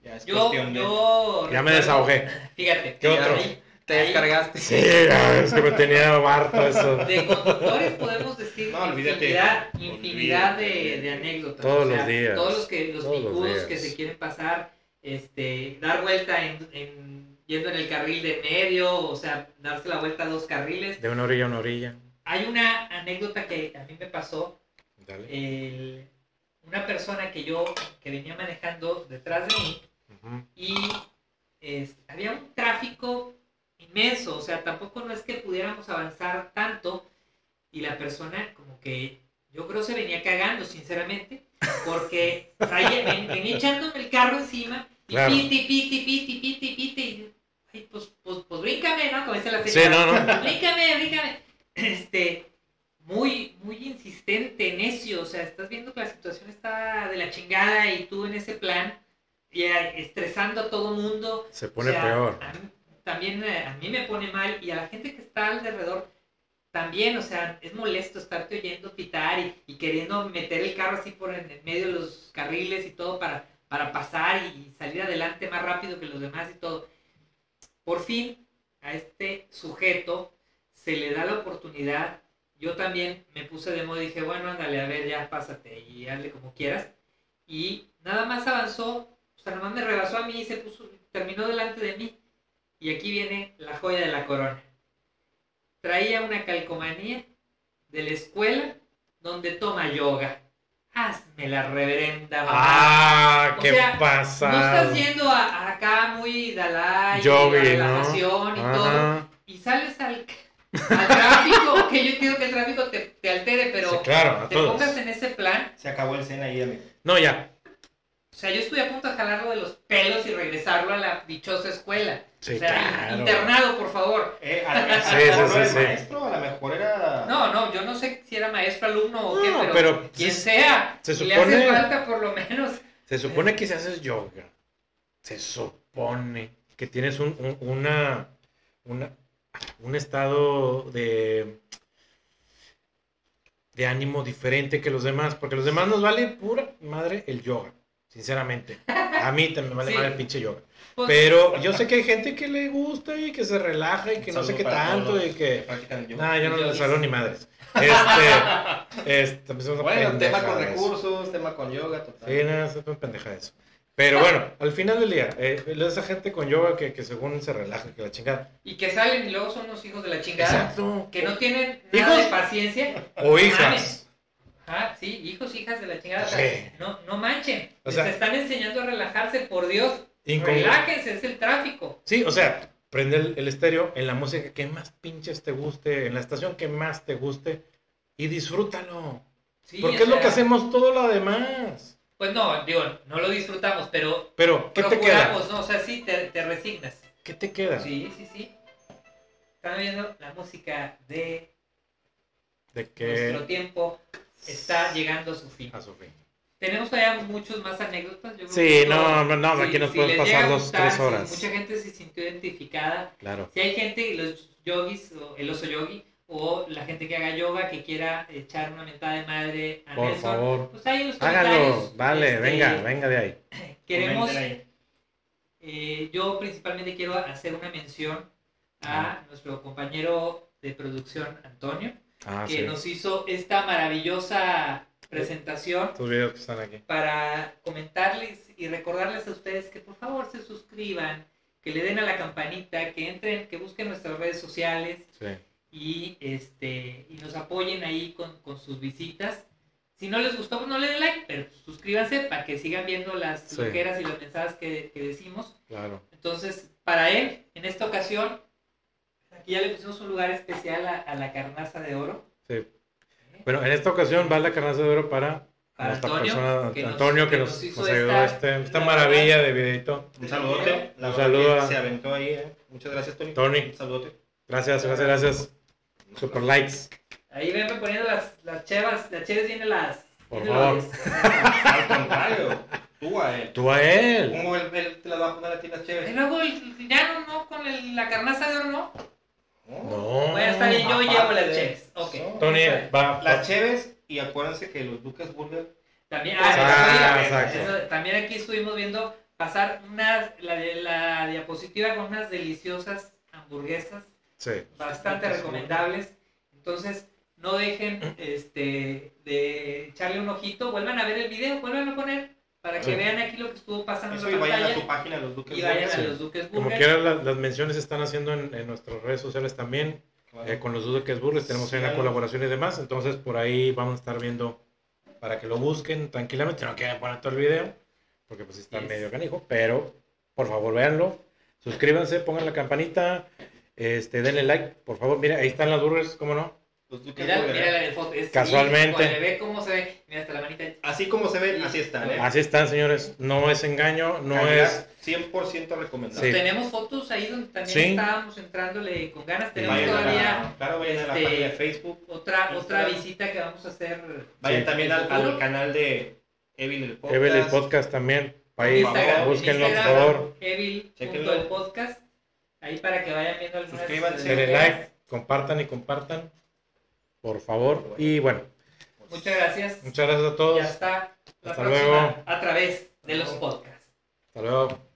S3: Ya es
S1: Yo,
S3: cuestión de.
S1: yo
S2: ya me
S1: recuerdo-
S2: desahogé.
S1: Fíjate.
S2: ¿Qué
S1: ya
S2: otro?
S1: ahí-
S3: Te
S1: ahí-
S3: descargaste.
S2: Sí, es que me tenía harto eso.
S1: *laughs* De conductores podemos decir
S3: No, olvídate.
S1: infinidad, infinidad de,
S3: Olvídate.
S1: de anécdotas.
S2: Todos
S1: o sea,
S2: los días.
S1: Todos los que los
S2: Todos los
S1: picudos
S2: días.
S1: que se quieren pasar, este, dar vuelta en, en- yendo en el carril de medio, o sea, darse la vuelta a dos carriles.
S2: De una orilla a una orilla.
S1: Hay una anécdota que a mí me pasó.
S2: Dale.
S1: el- una persona que yo que venía manejando detrás de mí
S2: Ujú.
S1: y es- había un tráfico inmenso, o sea, tampoco no es que pudiéramos avanzar tanto y la persona como que yo creo se venía cagando, sinceramente, porque traía- ven- venía echándome el carro encima y
S2: Claro.
S1: piti, piti, piti, piti, piti, y ay, pues, pues, pues bríncame, ¿no? Como dice la
S2: Sí,
S1: señora.
S2: no, no.
S1: Bríncame, bríncame. Este, muy, muy insistente, necio, o sea, estás viendo que la situación está de la chingada y tú en ese plan, y eh, estresando a todo mundo.
S2: Se
S1: o
S2: pone
S1: sea,
S2: peor.
S1: a mí- también eh, a mí me pone mal y a la gente que está alrededor también, o sea, es molesto estarte oyendo pitar y, y queriendo meter el carro así por en el medio de los carriles y todo para, para pasar y salir adelante más rápido que los demás y todo. Por fin, a este sujeto se le da la oportunidad. Yo también me puse de modo y dije, bueno, ándale, a ver, ya pásate y hazle como quieras. Y nada más avanzó, o sea, nada más me rebasó a mí y se puso, terminó delante de mí. Y aquí viene la joya de la corona. Traía una calcomanía de la escuela donde toma yoga. Hazme la reverenda. mamá.
S2: Ah,
S1: O
S2: qué
S1: sea, no
S2: pasado.
S1: estás yendo a, a acá muy Dalai,
S2: Yogi,
S1: a la
S2: ¿no?
S1: nación y todo,
S2: Ajá.
S1: y sales al, al tráfico, que yo entiendo que el tráfico te, te altere, pero
S2: Sí, claro, a
S1: te
S2: todos.
S1: pongas en ese plan.
S3: Se acabó el cena ahí, amigo.
S2: No, ya.
S1: O sea, yo estuve a punto de jalarlo de los pelos y regresarlo a la dichosa escuela.
S2: Sí,
S1: o sea,
S2: claro.
S1: internado, por favor.
S3: Eh, a lo mejor
S2: Sí, sí,
S3: no
S2: sí,
S3: era
S2: sí.
S3: maestro, a lo mejor era.
S1: No, no, yo no sé si era maestro, alumno o qué,
S2: No,
S1: pero,
S2: pero
S1: quien
S2: se-
S1: sea,
S2: se
S1: le hace
S2: supone-
S1: falta por lo menos.
S2: Se supone que si haces yoga, se supone que tienes un, un- una, una- un estado de, de ánimo diferente que los demás, porque los demás nos vale pura madre el yoga, sinceramente. A mí también me vale
S1: Sí.
S2: madre el pinche yoga.
S1: Pues,
S2: Pero yo sé que hay gente que le gusta y que se relaja y que no sé
S3: Saludo
S2: qué
S3: para
S2: tanto
S3: todos
S2: y
S3: los
S2: que...
S3: practican yoga.
S2: No, yo no les hablo ni madres. Este, este, pues es una
S3: Bueno, tema con
S2: pendejada eso.
S3: recursos, tema con yoga, total.
S2: Sí, nada, es una pendeja eso. Pero bueno, al final del día, eh, esa gente con yoga que, que según se relaja, que la chingada.
S1: Y que salen y luego son los hijos de la chingada.
S2: Exacto.
S1: Que no tienen nada
S2: Hijos.
S1: de paciencia.
S2: O hijas.
S1: Ajá, sí, hijos, hijas de la chingada. o sea,
S2: Sí.
S1: No, no manchen.
S2: O sea-
S1: Les están enseñando a relajarse, por Dios.
S2: Incongru-
S1: Relájense, es el tráfico.
S2: Sí, o sea, prende el, el estéreo en la música que más pinches te guste, en la estación que más te guste y disfrútalo.
S1: Sí,
S2: porque
S1: o
S2: es lo que
S1: sea,
S2: hacemos todo lo demás.
S1: Pues no, digo, no lo disfrutamos, pero
S2: Pero, ¿qué te queda?
S1: procuramos, ¿no? O sea, sí, te, te resignas.
S2: ¿Qué te queda?
S1: Sí, sí, sí. Están viendo la música de
S2: De
S1: nuestro
S2: que
S1: tiempo está llegando a su fin.
S2: a su fin.
S1: Tenemos todavía muchos más anécdotas. yo creo
S2: Sí,
S1: que
S2: no,
S1: todos-
S2: no, no,
S1: si-
S2: aquí nos
S1: si
S2: podemos
S1: les llega
S2: pasar
S1: a
S2: dos,
S1: gustar,
S2: tres
S1: si
S2: horas.
S1: mucha gente se sintió identificada.
S2: Claro.
S1: Si hay gente, los yogis, o el oso yogi, o la gente que haga yoga, que quiera echar una mentada de madre a
S2: Por
S1: Nelson,
S2: favor.
S1: pues ahí en los
S2: Hágalo.
S1: comentarios,
S2: Vale,
S1: este,
S2: venga, venga de ahí.
S1: Queremos,
S3: Comenten ahí.
S1: eh, yo principalmente quiero hacer una mención a nuestro compañero de producción, Antonio,
S2: Ah,
S1: que
S2: sí.
S1: nos hizo esta maravillosa presentación
S2: Estos videos que están aquí.
S1: para comentarles y recordarles a ustedes que por favor se suscriban, que le den a la campanita, que entren, que busquen nuestras redes sociales
S2: Sí.
S1: y este y nos apoyen ahí con, con sus visitas. Si no les gustó, pues no le den like, pero suscríbanse para que sigan viendo las
S2: Sí.
S1: loqueras y las mensajes que, que decimos.
S2: Claro.
S1: Entonces, para él, en esta ocasión, pues aquí ya le pusimos un lugar especial a, a la carnaza de oro.
S2: Sí. Bueno, en esta ocasión va la carnaza de oro para,
S1: Para
S2: nuestra
S1: Antonio,
S2: persona,
S1: que nos-
S2: Antonio, que
S1: que
S2: nos,
S1: nos hizo
S2: nos ayudó
S1: esta-
S2: este, esta
S1: la
S2: maravilla de videito.
S3: Un saludote. La
S2: Un
S3: verdad
S2: saludo
S3: que
S2: a-
S3: Se aventó ahí, ¿eh? Muchas gracias, Tony.
S2: Tony.
S3: Un saludote.
S2: Gracias, gracias, gracias. Super likes.
S1: Ahí venme poniendo las, las chevas, las cheves vienen las...
S2: Por
S1: vienen
S2: favor.
S1: los-
S3: Al contrario, tú a él.
S2: Tú a él.
S3: ¿Cómo él, él te las va a poner a ti las
S1: este, *laughs* Y
S3: chéveres?
S1: luego el, ya no, no, con el- la carnaza de oro, no.
S3: No.
S2: No.
S1: Bueno, está bien, yo
S3: Aparte
S1: llevo
S3: de
S1: las cheves.
S3: eso.
S1: Ok.
S2: Tony
S1: Está bien.
S2: va.
S3: Las
S2: va-
S3: chéves y acuérdense que los Lucas Burger.
S1: También,
S2: Ah,
S1: ah, eso,
S2: exacto.
S1: eso, también aquí estuvimos viendo pasar unas, la, de- la diapositiva con unas deliciosas hamburguesas,
S2: sí.
S1: bastante recomendables. Entonces, no dejen este de echarle un ojito, vuelvan a ver el video, vuelvan a poner para que
S2: Sí.
S1: vean aquí lo que estuvo pasando
S3: Eso y
S1: en la
S3: vayan a su
S1: pantalla.
S3: página, los Lucas
S1: Y vayan
S2: Sí.
S1: a los Duques
S2: Como
S1: Burger.
S2: quiera, la- las menciones se están haciendo en, en nuestras redes sociales también. eh, con los Duques Burgers tenemos ahí una
S3: Claro.
S2: colaboración y demás. Entonces, por ahí vamos a estar viendo para que lo busquen tranquilamente. No quieren poner todo el video, porque pues está
S1: Yes.
S2: medio canijo. Pero, por favor, véanlo. Suscríbanse, pongan la campanita. Este, denle like, por favor. Mira, ahí están las burgers, ¿cómo no?
S3: Los Duques
S1: Mira,
S3: Burger.
S1: mira la de foto. es-
S2: Casualmente.
S1: híjole, ve cómo se ve. Mira hasta la manita.
S3: Así como se ven, así están. ¿eh?
S2: Así están, señores. No es engaño, no es.
S3: Calidad 100% recomendable.
S2: Sí.
S1: Tenemos fotos ahí donde también
S2: Sí.
S1: estábamos entrándole con ganas. Tenemos
S3: Vayan
S1: todavía
S3: a la, claro, vayan a la
S1: este,
S3: página de Facebook.
S1: otra, otra
S3: Instagram.
S1: visita que vamos a hacer.
S3: Vayan
S2: Sí.
S3: también al, al canal de Evil el Podcast.
S2: Evil el podcast también.
S1: en
S2: Ahí,
S1: Instagram, en
S2: búsquenlo, por
S1: Instagram,
S2: favor.
S1: evil punto
S3: Chequenlo.
S1: el podcast. Ahí para que vayan viendo algunas
S3: Suscríbanse.
S1: de las
S2: Denle
S1: ideas.
S2: like, compartan y compartan. Por favor. Y bueno,
S1: Muchas gracias.
S2: muchas gracias a
S1: Y
S2: todos.
S1: hasta la
S2: Hasta
S1: próxima
S2: luego.
S1: a través de los podcasts.
S2: Hasta luego.